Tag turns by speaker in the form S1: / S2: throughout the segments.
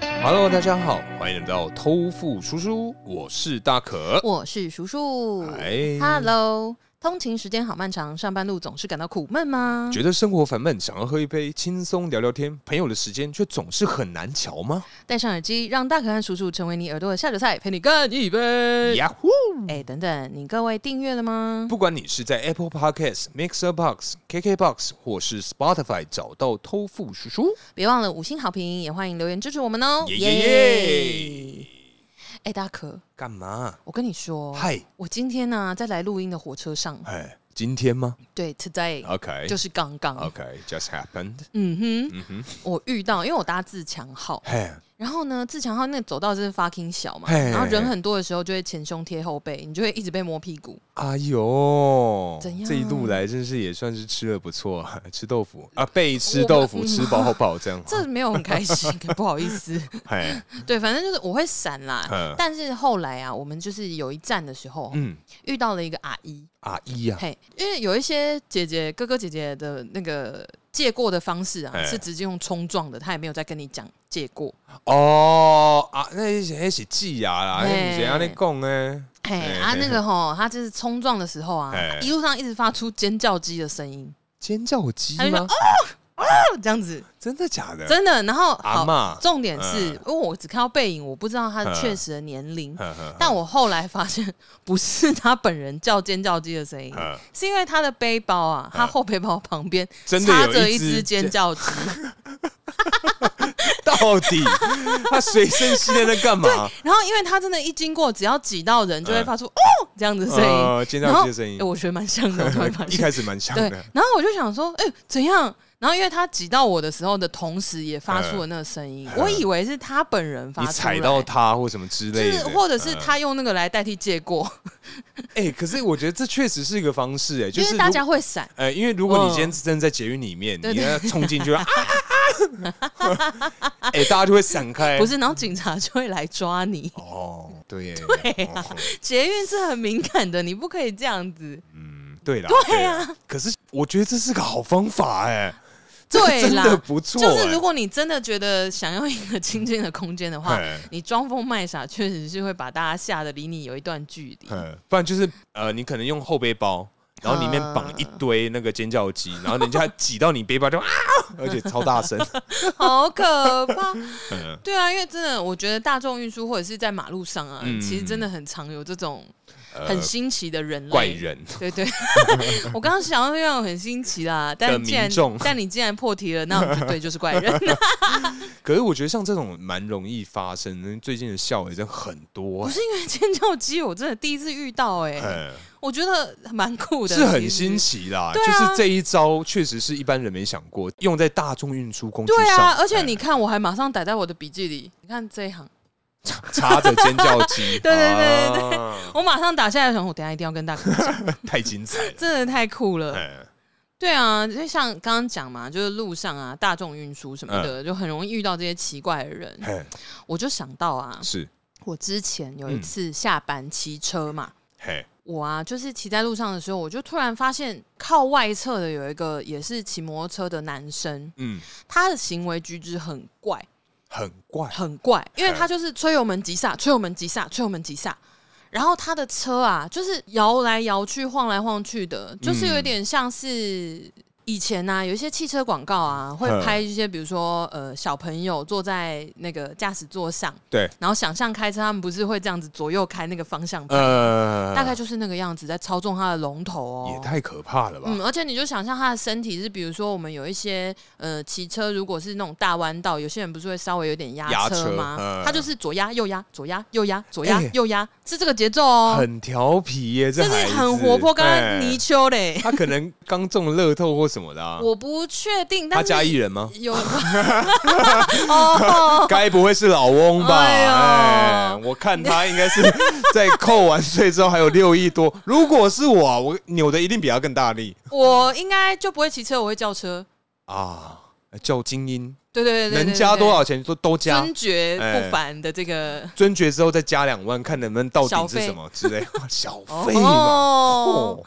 S1: 大家好，欢迎来到偷富叔叔，我是大可。
S2: 我是叔叔。
S1: 哎
S2: Hello，通勤时间好漫长，上班路总是感到苦闷吗？
S1: 觉得生活烦闷，想要喝一杯轻松聊聊天，朋友的时间却总是很难瞧吗？
S2: 戴上耳机，让大可和叔叔成为你耳朵的下酒菜，陪你干一杯。
S1: 呀呼！
S2: 哎、等等，你各位订阅了
S1: 嗯
S2: 吗？
S1: 不管你是在 Apple Podcast、Mixer Box、KK Box 或是 Spotify 找到偷富叔叔，
S2: 别忘了五星好评，也欢迎留言支持我们哦。
S1: 耶耶耶！
S2: 哎、大可，
S1: 干嘛？
S2: 我跟你说，
S1: 嗨，
S2: 我今天呢、在来录音的火车上，
S1: 哎，今天吗
S2: 对，today、
S1: ？OK，
S2: 就是刚刚
S1: OK，just happened。
S2: 嗯哼，
S1: 嗯哼，
S2: 我遇到，因为我搭自强号，
S1: 嘿，
S2: 然后呢，自强号那个走道真是 fucking 小嘛，
S1: 嘿嘿嘿
S2: 然后人很多的时候就会前胸贴后背，你就会一直被摸屁股。
S1: 哎呦，
S2: 怎样
S1: 这一路来真是也算是吃的不错 啊，吃豆腐啊，被吃豆
S2: 嗯我
S1: 腐
S2: 们嗯
S1: 吃饱饱这样。
S2: 这没有很开心，不好意 思。
S1: 哎，
S2: 对，反正就是我会闪啦
S1: 嗯。
S2: 但是后来啊，我们就是有一站的时候、
S1: 嗯，
S2: 遇到了一个阿姨，
S1: 阿姨啊呀，
S2: 嘿，因为有一些姐姐、哥哥、姐姐的那个借过的方式啊，
S1: 哎
S2: 是直接用冲撞的，她也没有再跟你讲借过。
S1: 哦啊，那是那是季牙啦，
S2: 嘿
S1: 那是怎样在讲呢？
S2: 嘿
S1: 哎
S2: 啊，那个吼，她就是冲撞的时候啊
S1: 哎，
S2: 一路上一直发出尖叫鸡的声音，
S1: 尖叫鸡
S2: 她就说
S1: 吗
S2: 哦？这样子，
S1: 真的假 的？
S2: 真的。然后
S1: 阿
S2: 好，
S1: 妈，
S2: 重点是，
S1: 嗯
S2: 因为我只看到背影，我不知道他
S1: 嗯
S2: 确实的年龄。
S1: 呵呵
S2: 但我后来发现，不是他本人叫尖叫鸡的声音，
S1: 呵
S2: 是因为他的背包啊，他后背包旁边
S1: 嗯 真的
S2: 插
S1: 有
S2: 着
S1: 一
S2: 一只
S1: 只
S2: 尖
S1: 尖
S2: 叫 鸡，
S1: 到 底他随身携带在干嘛？
S2: 然后因为他真的，一经过只要挤到人，就会
S1: 嗯
S2: 发出哦这样子的声音，
S1: 呃，尖
S2: 然
S1: 叫
S2: 后
S1: 鸡的声音
S2: 哎，我觉得蛮像的，我 突然发
S1: 一
S2: 现，
S1: 开始蛮像
S2: 对
S1: 的。，
S2: 然后我就想说，哎，怎样？然后因为他挤到我的时候的同时，也发出了那个声音，
S1: 嗯
S2: 我以为是他本人发
S1: 你
S2: 出来，
S1: 踩到他或什么之
S2: 就
S1: 类
S2: 是
S1: 的，
S2: 或者是
S1: 嗯
S2: 他用那个来代替借 过，
S1: 哎、可是我觉得这确实是一个方式、哎，就
S2: 因
S1: 是
S2: 为大
S1: 如
S2: 家会闪。
S1: 呃，因为如果你今天
S2: 嗯
S1: 真的在捷运里面，
S2: 对
S1: 你
S2: 对
S1: 要冲进去啊， 哎、大家就会闪开。
S2: 不是，然后警察就会来抓你。
S1: 哦，对耶，对
S2: 啊捷运是很敏感的，你不可以这样子。
S1: 嗯，对啦，
S2: 对啊
S1: 啦。可是我觉得这是个好方法、哎， 这个
S2: 对
S1: 真
S2: 啦
S1: 的不错、哎
S2: 就是如果你真的觉得想要一个清静的空间的话
S1: 嘿，
S2: 你装疯卖傻确实是会把大家吓得离你有一段距离。
S1: 嗯不然就是呃，你可能用后背包。然后里面
S2: 啊
S1: 绑一堆那个尖叫鸡，然后人家挤到你背包就啊，而且超大声。
S2: 好可怕！
S1: 嗯
S2: 对啊，因为真的，我觉得大众运输或者是在马路上啊，
S1: 嗯
S2: 其实真的很常有这种
S1: 呃
S2: 很新奇的人类。
S1: 怪人，
S2: 对对，我刚刚想要那种很新奇啦，但既然
S1: 民众
S2: 但你既然破题了，那我们就对，就是怪人。
S1: 可是我觉得像这种蛮容易发生的，最近的笑也真的很多、
S2: 不
S1: 欸
S2: 是因为尖叫鸡，我真的第一次遇到哎、
S1: 嗯，
S2: 我觉得蛮酷的，
S1: 是很
S2: 其实
S1: 新。奇啦。
S2: 对啊
S1: 就是这一招确实是一般人没想过，用在大众运输工具上。
S2: 对啊，而且
S1: 嗯
S2: 你看，我还马上打在我的笔记里。你看这一行，
S1: 插着尖叫机，
S2: 对对对对
S1: 啊
S2: 我马上打下来，想我等一下一定要跟大家讲，
S1: 太精彩了。
S2: 真的太酷了。
S1: 嗯
S2: 对啊，就像刚刚讲嘛，就是路上啊，大众运输什么的，就很容易遇到这些奇怪的人。
S1: 嘿，
S2: 我就想到啊，
S1: 是
S2: 我之前
S1: 嗯
S2: 有一次下班骑车嘛，
S1: 嘿，
S2: 我啊，就是骑在路上的时候，我就突然发现靠外侧的有一个也是骑摩托车的男生，
S1: 嗯，
S2: 他的行为举止很怪，
S1: 很怪，
S2: 很怪，因为他就是吹油门急刹，吹油门急刹，吹油门急刹。然后他的车啊，就是摇来摇去、晃来晃去的，就是有一点像是以前呐、啊，有一些汽车广告啊，会
S1: 嗯
S2: 拍一些，比如说呃，小朋友坐在那个驾驶座上，
S1: 对，
S2: 然后想象开车，他们不是会这样子左右开那个方向盘，
S1: 呃，
S2: 大概就是那个样子，在操纵他的龙头哦。
S1: 也太可怕了吧？
S2: 嗯，而且你就想象他的身体是，比如说我们有一些呃骑车，如果是那种大弯道，有些人不是会稍微有点
S1: 压
S2: 压
S1: 车
S2: 吗？
S1: 嗯
S2: 他就是左压右压，左压右压，左压、
S1: 哎
S2: 右压，是这个节奏哦，
S1: 很调皮耶，
S2: 就
S1: 这
S2: 是
S1: 孩子哎
S2: 很活泼，刚
S1: 嘿
S2: 刚泥鳅嘞，
S1: 他可能刚中乐透或什么的啊。
S2: 我不确定，
S1: 他
S2: 但
S1: 家
S2: 是
S1: 艺人吗？
S2: 有 哦，
S1: 该不会是老翁吧？
S2: 哎呦
S1: 哎、我看他应该是在扣完税之后还有六亿多。如果是我啊，我扭的一定比他更大力
S2: 我应该就不会骑车，我会叫车，
S1: 啊！叫精英，
S2: 对对对对，
S1: 能
S2: 对
S1: 加
S2: 对
S1: 多少钱都都加。
S2: 尊爵
S1: 哎
S2: 不凡的这个
S1: 尊爵之后再加两万，看能不能到
S2: 小
S1: 顶是
S2: 费
S1: 什么之类。 小费嘛，哎
S2: 哦
S1: 哦，，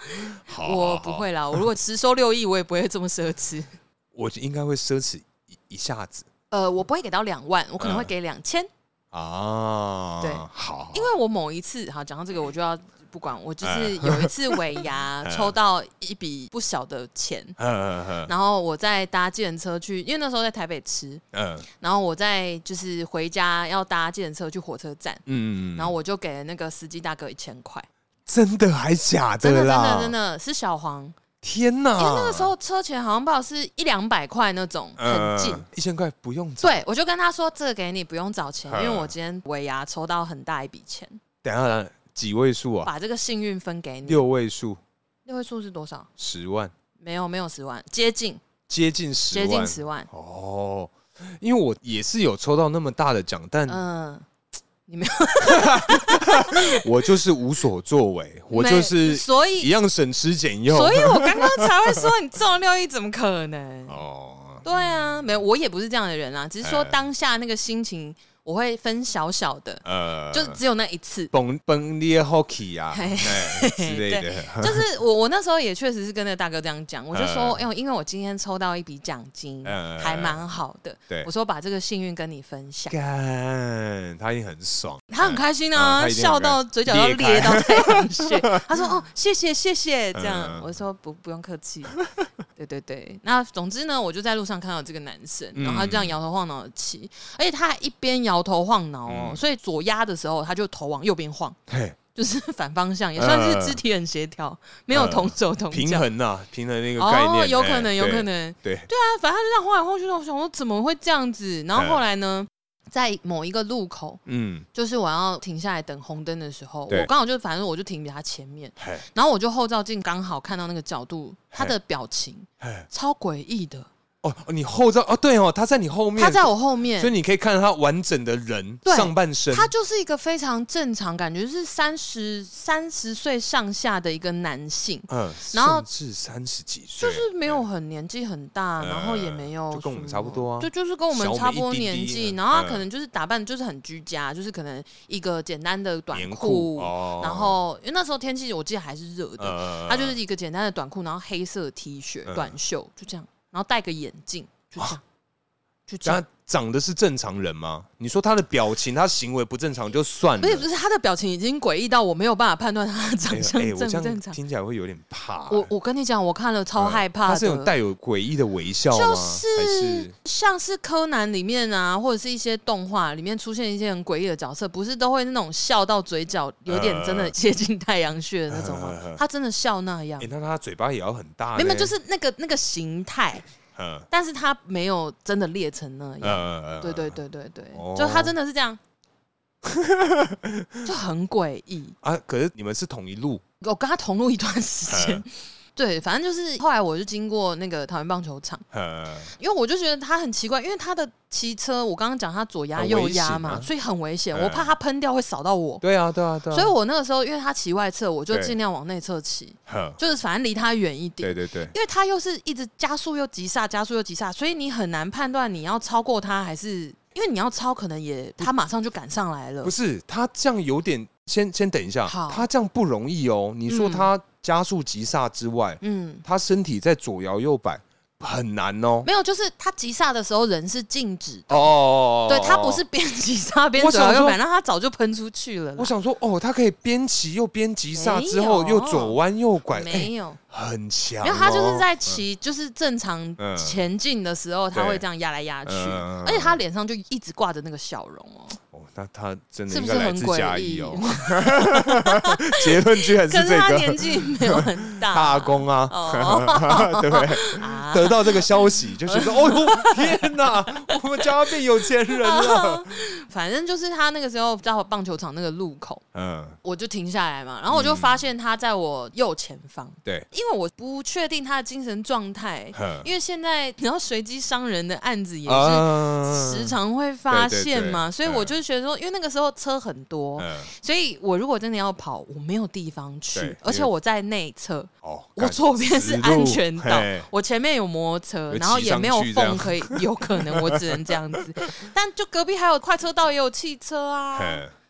S1: 好，
S2: 我
S1: 好
S2: 不，
S1: 好
S2: 会啦，我如果实收六亿，我也不会这么奢 侈。
S1: 我应该会奢侈一一下子。
S2: 呃，我不会给到两万，我可能会
S1: 嗯
S2: 给两千。
S1: 啊，
S2: 对
S1: 好，
S2: 因为我某一次，好讲到这个，我就要不管，我就是
S1: 哎
S2: 有一次尾 牙
S1: 哎
S2: 抽到一笔不小的钱，
S1: 嗯
S2: 然后我在搭计程车去，因为那时候在台北吃，
S1: 嗯
S2: 然后我在就是回家要搭计程车去火车站，
S1: 嗯，
S2: 然后我就给了那个司机大哥一千块，
S1: 真的还假
S2: 真的真
S1: 啦？
S2: 的真的是小黄，
S1: 天哪！
S2: 因为那个时候车钱好像不好是一两百块那种，很近。
S1: 呃一千块不用找。
S2: 对，我就跟他说这个给你，不用找钱，因
S1: 嗯
S2: 为我今天尾牙抽到很大一笔钱，
S1: 等一下等一下几位数啊？
S2: 把这个幸运分给你。
S1: 六位数，
S2: 六位数是多少？
S1: 十万，
S2: 没有没有十万，接近
S1: 接近十
S2: 接
S1: 万，
S2: 近十万。
S1: 哦。因为我也是有抽到那么大的奖，但
S2: 嗯，
S1: 我就是无所作为，我
S2: 没
S1: 就是
S2: 所
S1: 一
S2: 以
S1: 样省吃俭用。
S2: 所以 我刚刚才会说你中了六亿怎么可能？
S1: 哦，
S2: 对啊，没有，我也不是这样的人啊啦，只是说
S1: 哎
S2: 当下那个心情，我会分小小的，
S1: 呃，
S2: 就只有那一次。
S1: 蹦蹦烈 hockey 啊
S2: 嘿
S1: 哎之类的，
S2: 就是我，我那时候也确实是跟那个大哥这样讲，我就说，
S1: 嗯
S2: 哎、呦，因为我今天抽到一笔奖金，
S1: 嗯
S2: 还蛮好的，
S1: 对
S2: 我说把这个幸运跟你分享，
S1: 干，他一定很爽。
S2: 他很开心
S1: 嗯
S2: 啊，
S1: 他一定很
S2: 笑到嘴角要
S1: 裂开
S2: 裂到太 阳穴，他说，哦，谢谢谢谢，这样，
S1: 嗯
S2: 我说不不用客气， 对对对，那总之呢，我就在路上看到这个男生，
S1: 嗯
S2: 然后他就这样摇头晃脑的骑，而且他还一边摇头晃脑哦，
S1: 嗯
S2: 所以左压的时候他就头往右边晃。
S1: 嘿，
S2: 就是反方向，也算
S1: 嗯
S2: 是肢体很协调，没有同手同
S1: 平
S2: 脚。
S1: 衡呐，平衡那个概念，
S2: 哦，有
S1: 哎
S2: 可能，有可，能。
S1: 对对
S2: 对啊，反正他就这样晃来晃去的，我想说怎么会这样子？然后后来呢，在某一个路口，
S1: 嗯，
S2: 就是我要停下来等红灯的时候，
S1: 对
S2: 我刚好就反正我就停比他前面，
S1: 嘿，
S2: 然后我就后照镜刚好看到那个角度，他的表情
S1: 嘿，
S2: 超诡异的，
S1: 哦，你后照哦，对哦，他在你后面，
S2: 他在我后面
S1: 所以。你可以看到他完整的人
S2: 对
S1: 上半身，
S2: 他就是一个非常正常，感觉就是三十三十岁上下的一个男性，
S1: 嗯，
S2: 然后
S1: 甚至三十几岁，
S2: 就是没有很年纪很大，
S1: 嗯
S2: 然后也没有
S1: 就跟我们
S2: 什么
S1: 差不多啊
S2: 就就是跟我们
S1: 小我们
S2: 差不多
S1: 一滴滴
S2: 年纪，
S1: 嗯
S2: 然后他
S1: 嗯
S2: 可能就是打扮就是很居家，就是可能一个简单的短
S1: 棉
S2: 裤，
S1: 哦
S2: 然后因为那时候天气我记得还是热的，
S1: 呃
S2: 他就是一个简单的短裤，然后黑色 T 恤、
S1: 嗯
S2: 短袖，就这样，然后戴个眼镜，就这样，就这样
S1: 他。长得是正常人吗？你说他的表情、他行为不正常就算了，
S2: 不是不是，他的表情已经诡异到我没有办法判断他的
S1: 哎
S2: 长
S1: 呦
S2: 相
S1: 哎我
S2: 正
S1: 这
S2: 不正
S1: 样
S2: 常。
S1: 听起来会有点怕，
S2: 我我跟你讲，我看了超
S1: 嗯
S2: 害怕的。
S1: 他是有带有诡异的微笑吗？还
S2: 就是嗯像是柯南里面啊，或者是一些动画里面出现一些很诡异的角色，不是都会那种笑到嘴角有点真的接近太阳穴的那种吗？
S1: 呃
S2: 他真的笑那样
S1: 哎、，那他嘴巴也要很大呢，
S2: 明明就是那个那个形态，
S1: 嗯，
S2: 但是他没有真的裂成那
S1: 呃
S2: 样。
S1: 呃
S2: 对对对对对，
S1: 哦
S2: 就他真的是这 样，就很诡异。
S1: 啊！可是你们是同一路，
S2: 我跟他同路一段时间
S1: 嗯，
S2: 对，反正就是后来我就经过那个桃园棒球场。
S1: 呃，
S2: 因为我就觉得他很奇怪，因为他的骑车，我刚刚讲他左压
S1: 很
S2: 右
S1: 危
S2: 压
S1: 险
S2: 嘛，
S1: 啊
S2: 所以很危险，
S1: 嗯
S2: 我怕他喷掉会扫到我，
S1: 对啊，对啊，对啊，
S2: 所以我那个时候因为他骑外侧，我就
S1: 对
S2: 尽量往内侧骑，
S1: 呵，
S2: 就是反正离他远一点
S1: 嗯对。对对，
S2: 因为他又是一直加速又急刹，加速又急刹，所以你很难判断你要超过他还是，因为你要超可能也他马上就赶上来了
S1: 不。是他这样有点，先先等一下，
S2: 好
S1: 他这样不容易哦。你说
S2: 嗯
S1: 他加速急刹之外，
S2: 嗯，
S1: 他身体在左摇右摆很难哦。
S2: 没有，就是他急刹的时候人是静止的，
S1: 哦哦，哦
S2: 对他不是。边急刹边
S1: 我
S2: 左摇
S1: 想
S2: 右
S1: 说
S2: 摆，那他早就喷出去了啦。
S1: 我想说，哦，他可以边骑又边急刹，之后
S2: 没有
S1: 又左弯右拐，哎，
S2: 没有。
S1: 很强哦。
S2: 因为他就是在骑，就是正常
S1: 嗯
S2: 前进的时候，他
S1: 对
S2: 会这样压来压去，
S1: 嗯
S2: 而且他脸上就一直挂着那个笑容哦。
S1: 哦，那他真的
S2: 是不
S1: 应
S2: 是
S1: 该来
S2: 很
S1: 自
S2: 诡
S1: 嘉
S2: 异
S1: 义哦。 结论居然是
S2: 可是
S1: 这
S2: 他年
S1: 个，
S2: 纪没有 很大，
S1: 他阿公啊，
S2: 哦
S1: 对不对？
S2: 啊，
S1: 得到这个消息，就是 说，哦呦，天哪，我们家变有钱人 了。
S2: 反正就是他那个时候到棒球场那个路口，
S1: 嗯，
S2: 我就停下来嘛，然后我就发现他在我右前方，
S1: 对，嗯
S2: 因为我不确定他的精神状态，
S1: 哼
S2: 因为现在你要随机伤人的案子也是
S1: 啊
S2: 时常会发
S1: 对对
S2: 现嘛，
S1: 对
S2: 所以我
S1: 嗯
S2: 就觉得说，因为那个时候车很多，
S1: 嗯，
S2: 所以我如果真的要跑，我没有地方去
S1: 对，
S2: 而且我在内侧，
S1: 哦，
S2: 我左边是安全岛
S1: 嘿，
S2: 我前面有摩托车，
S1: 就
S2: 然后
S1: 骑
S2: 也
S1: 上
S2: 没有
S1: 去这
S2: 缝
S1: 样
S2: 可以， 有可能我只能这样 子。但就隔壁还有快车道，也有汽车啊。
S1: 嘿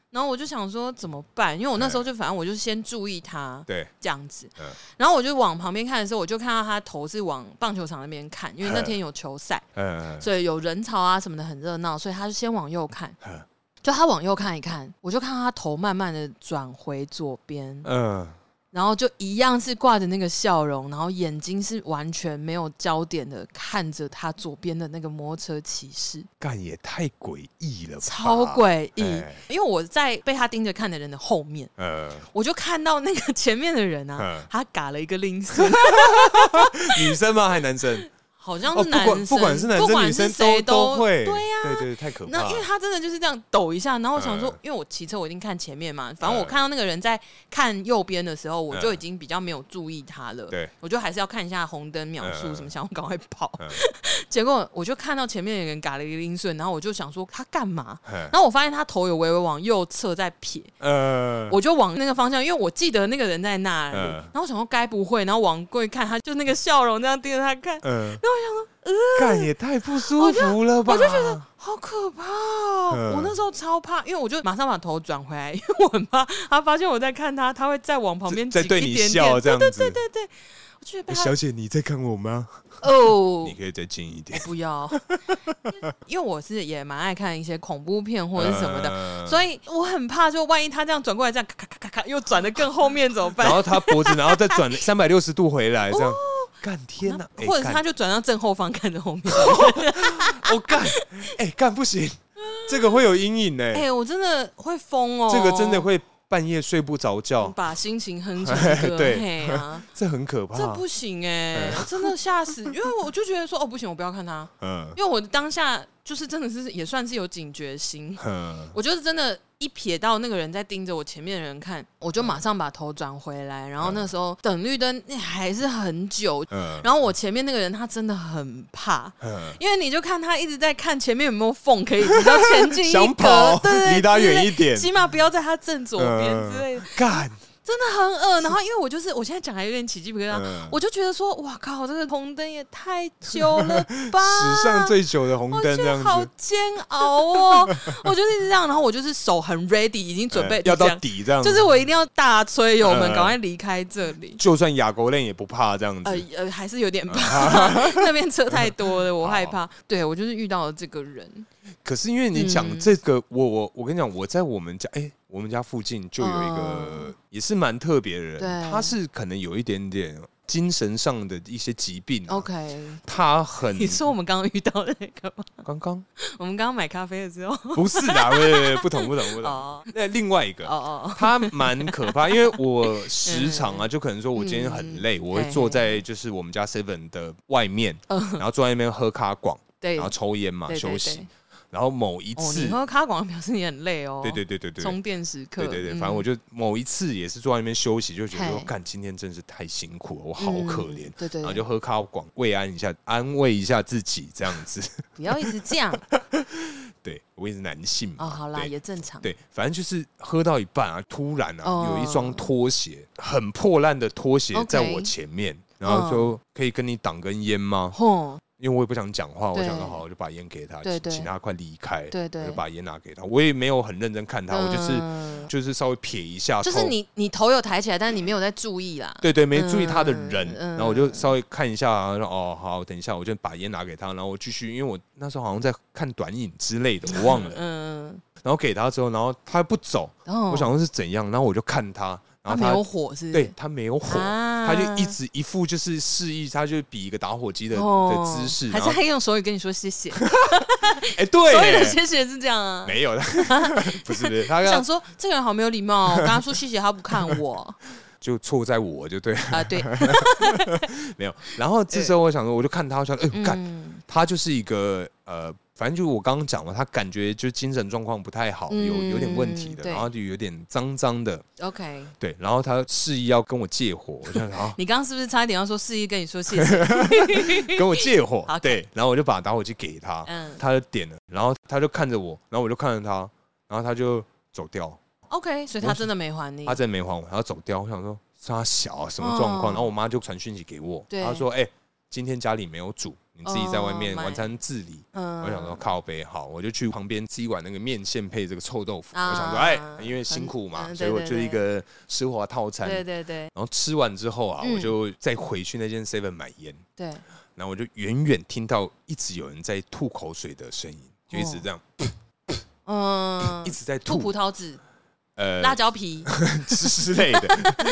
S2: 然后我就想说怎么办，因为我那时候就反正我就先注意他
S1: 对，
S2: 这样子
S1: 嗯，
S2: 然后我就往旁边看的时候，我就看到他头是往棒球场那边看，因为那天有球赛，
S1: 嗯，
S2: 所以有人潮啊什么的很热闹，所以他就先往右看
S1: 嗯，
S2: 就他往右看一看，我就看到他头慢慢的转回左边，
S1: 嗯，
S2: 然后就一样是挂着那个笑容，然后眼睛是完全没有焦点的看着他左边的那个摩托车骑士，
S1: 干也太诡异了吧，
S2: 超诡异。
S1: 哎
S2: 因为我在被他盯着看的人的后面，
S1: 呃，
S2: 我就看到那个前面的人啊，
S1: 嗯
S2: 他嘎了一个 零死，
S1: 女生吗？还是男生？
S2: 好像
S1: 哦，
S2: 是
S1: 不
S2: 男生，
S1: 管不管是男
S2: 不
S1: 生
S2: 管
S1: 女生
S2: 谁
S1: 都会，
S2: 对呀、
S1: 对对，太可怕
S2: 那因为
S1: 了。
S2: 他真的就是这样抖一下，然后我想说，
S1: 嗯
S2: 因为我骑车我一定看前面嘛，反正我
S1: 嗯
S2: 看到那个人在看右边的时候，我
S1: 嗯
S2: 就已经比较没有注意他了。
S1: 对，
S2: 我就还是要看一下红灯秒数
S1: 嗯
S2: 什么，想要赶快跑
S1: 嗯。
S2: 结果我就看到前面有人嘎了一个音顺，然后我就想说他干嘛？
S1: 嗯
S2: 然后我发现他头有微微往右侧在撇，
S1: 呃，
S2: 我就往那个方向，因为我记得那个人在那里，
S1: 嗯
S2: 然后我想说该不会，然后往过去看，他就那个笑容这样盯着他看，
S1: 嗯，那我想说，干也太不舒服了吧？
S2: 呃我就觉得好可怕哦！
S1: 嗯
S2: 我那时候超怕，因为我就马上把头转回来，因为我很怕他发现我在看他，他会再往旁边
S1: 在
S2: 挤
S1: 对
S2: 一
S1: 你
S2: 点
S1: 笑
S2: 点
S1: 这样
S2: 对
S1: 子
S2: 对对对对，我就觉得被
S1: 哎
S2: 他
S1: 小姐你在看我吗？
S2: 哦
S1: 你，可以再近一 点，
S2: 不要，因为我是也蛮爱看一些恐怖片或者是什么的。
S1: 的以
S2: 所以我很怕，就万一他这样转过来，这样咔咔咔咔咔，又转的更后面怎么办
S1: 然？后他脖子，然后再转三百六十度回来，这样。干天哪！哎
S2: 哦或者是
S1: 干
S2: 他就转到正后方看 着后面。
S1: 我干，哎干不行，这个会有阴影
S2: 哎、
S1: 哎，
S2: 我真的会疯哦！
S1: 这个真的会半夜睡不着觉，
S2: 把心情哼成 歌。
S1: 对
S2: 嘿啊，
S1: 这很可怕。
S2: 这不行哎、
S1: 嗯
S2: 真的吓死！ 因为我就觉得说，哦，不行，我不要看他，
S1: 嗯
S2: 因为我当下就是真的是也算是有警觉心，
S1: 嗯
S2: 我就是真的。一瞥到那个人在盯着我前面的人看，我就马上把头转回来。然后那时候等绿灯那还是很久，
S1: 嗯
S2: 然后我前面那个人他真的很怕，
S1: 嗯，
S2: 因为你就看他一直在看前面有没有缝可以比较前进一
S1: 想跑
S2: 格，对对，
S1: 离他
S2: 之类
S1: 远一点
S2: 起码不要在他正左边
S1: 嗯
S2: 之类的，
S1: 干，
S2: 真的很恶。然后因为我就是我现在讲还有点起鸡皮疙瘩，
S1: 嗯
S2: 我就觉得说，哇靠，这个红灯也太久了吧，
S1: 史上最久的红
S2: 啊我
S1: 灯
S2: 觉
S1: 这样
S2: 得好
S1: 子，
S2: 煎熬哦， 我就是一直这样，然后我就是手很 ready，已经准备
S1: 嗯要
S2: 这
S1: 到
S2: 样，
S1: 底这样子，
S2: 就是我一定要大催油门，
S1: 嗯
S2: 赶快离开这里。
S1: 就算哑狗链也不怕这样
S2: 呃
S1: 子。
S2: 呃，还是有点怕，
S1: 嗯
S2: 那边车太多了，我害怕。 对我就是遇到了这个人，
S1: 可是因为你讲
S2: 嗯
S1: 这个，我我我跟你讲，我在我们家，哎、我们家附近就有一个
S2: 嗯
S1: 也是蛮特别的人
S2: 对，
S1: 他是可能有一点点精神上的一些疾病啊、
S2: OK，
S1: 他很
S2: 哦你说我们刚刚遇到的那个吗？
S1: 刚刚
S2: 我们刚刚买咖啡的时候，
S1: 不是啦， 喂喂喂不同不同不同。
S2: 哦
S1: 那另外一
S2: 哦
S1: 个，
S2: 哦，
S1: 他蛮可 怕，因为我时常啊，就可能说我今天很累，
S2: 嗯哦
S1: 我会坐在就是我们家 seven 的外面，然后坐在那边喝咖广，
S2: 对
S1: 然后抽烟嘛
S2: 对对
S1: 休
S2: 对
S1: 息。然后某一
S2: 哦，
S1: 次
S2: 你，喝咖广表示你很累哦，
S1: 对对对对对，
S2: 充电时刻，嗯
S1: 对对对，反正我就某一次也是坐在那边休息，就觉得说，干，今天真是太辛苦了，我好可怜
S2: 嗯。对对，
S1: 然后
S2: 对
S1: 就喝咖广慰安一下，安慰一下自己，这样子。
S2: 不要一直这样
S1: 对我也是男性嘛，
S2: 哦，好啦，
S1: 对
S2: 也正常。
S1: 对，反正就是喝到一半啊，突然啊，
S2: 哦
S1: 有一双拖鞋，很破烂的拖鞋
S2: OK 嗯
S1: 在我前面，然后说可以跟你挡根烟吗？
S2: 吼，
S1: 因为我也不想讲话，我
S2: 对
S1: 想说好，我就把烟给他，
S2: 对
S1: 请
S2: 对
S1: 请他快离开，
S2: 对对
S1: 我就把烟拿给他。我也没有很认真看他，我就是
S2: 是
S1: 就是稍微瞥一下，
S2: 嗯就是
S1: 头
S2: 你你头有抬起来，但是你没有在注意啦。
S1: 对对，没注意他的人，
S2: 嗯嗯
S1: 然后我就稍微看一下、啊，然后哦好，等一下我就把烟拿给他，然后我继续，因为我那时候好像在看短影之类的，我忘了。
S2: 嗯，
S1: 然后给他之后，然后他不走，
S2: 然后
S1: 我想说是怎样，然后我就看他，然后
S2: 他没
S1: 他
S2: 有火是不是？
S1: 对他没有火，
S2: 啊
S1: 他就一直一副就是示意，他就比一个打火机的、的
S2: 哦
S1: 姿势，
S2: 还
S1: 然
S2: 是
S1: 后
S2: 他用手语跟你说谢谢，
S1: 哎对
S2: 手语的
S1: 耶，
S2: 谢谢是这样 啊。
S1: 没有的，不是不是，他
S2: 想
S1: 刚
S2: 说这个人好没有礼貌哦，我跟他说谢谢，他不看 我
S1: 就错在我就对，
S2: 啊，对，
S1: 没有。然后这时候我想说，我就看他，我想哎干、
S2: 嗯，
S1: 他就是一个呃，反正就是我刚刚讲了，他感觉就精神状况不太好，
S2: 嗯
S1: 有有点问题的，
S2: 对
S1: 然后就有点脏脏的，
S2: OK，
S1: 对，然后他示意要跟我借火，我就 想啊好
S2: 你刚刚是不是差一点要说示意跟你说谢 谢？
S1: 跟我借火
S2: 好，
S1: 对，然后我就把打火机给他，
S2: 嗯
S1: 他就点了，然后他就看着我，然后我就看着他，然后他就走掉，
S2: ，OK，所以他真的没还你
S1: 他。真的没还我，他走掉，我想说他小、啊什么状况，
S2: 哦
S1: 然后我妈就传讯息给我，
S2: 对
S1: 她说哎、今天家里没有煮，你自己在外面
S2: 哦
S1: 晚餐自理。
S2: 嗯
S1: 我想说靠背好，我就去旁边吃一碗那个面线配这个臭豆腐。
S2: 啊
S1: 我想说，哎，因为辛苦嘛，
S2: 嗯嗯
S1: 所以我就一个奢华套餐。
S2: 对对对
S1: 然后吃完之后啊，
S2: 嗯
S1: 我就再回去那间 Seven 买烟，
S2: 对，
S1: 然后我就远远听到一直有人在吐口水的声音，就一直这样。
S2: 哦嗯
S1: 一，直在
S2: 吐
S1: 吐
S2: 葡，萄籽、
S1: 呃，
S2: 辣椒皮，
S1: 之类 的，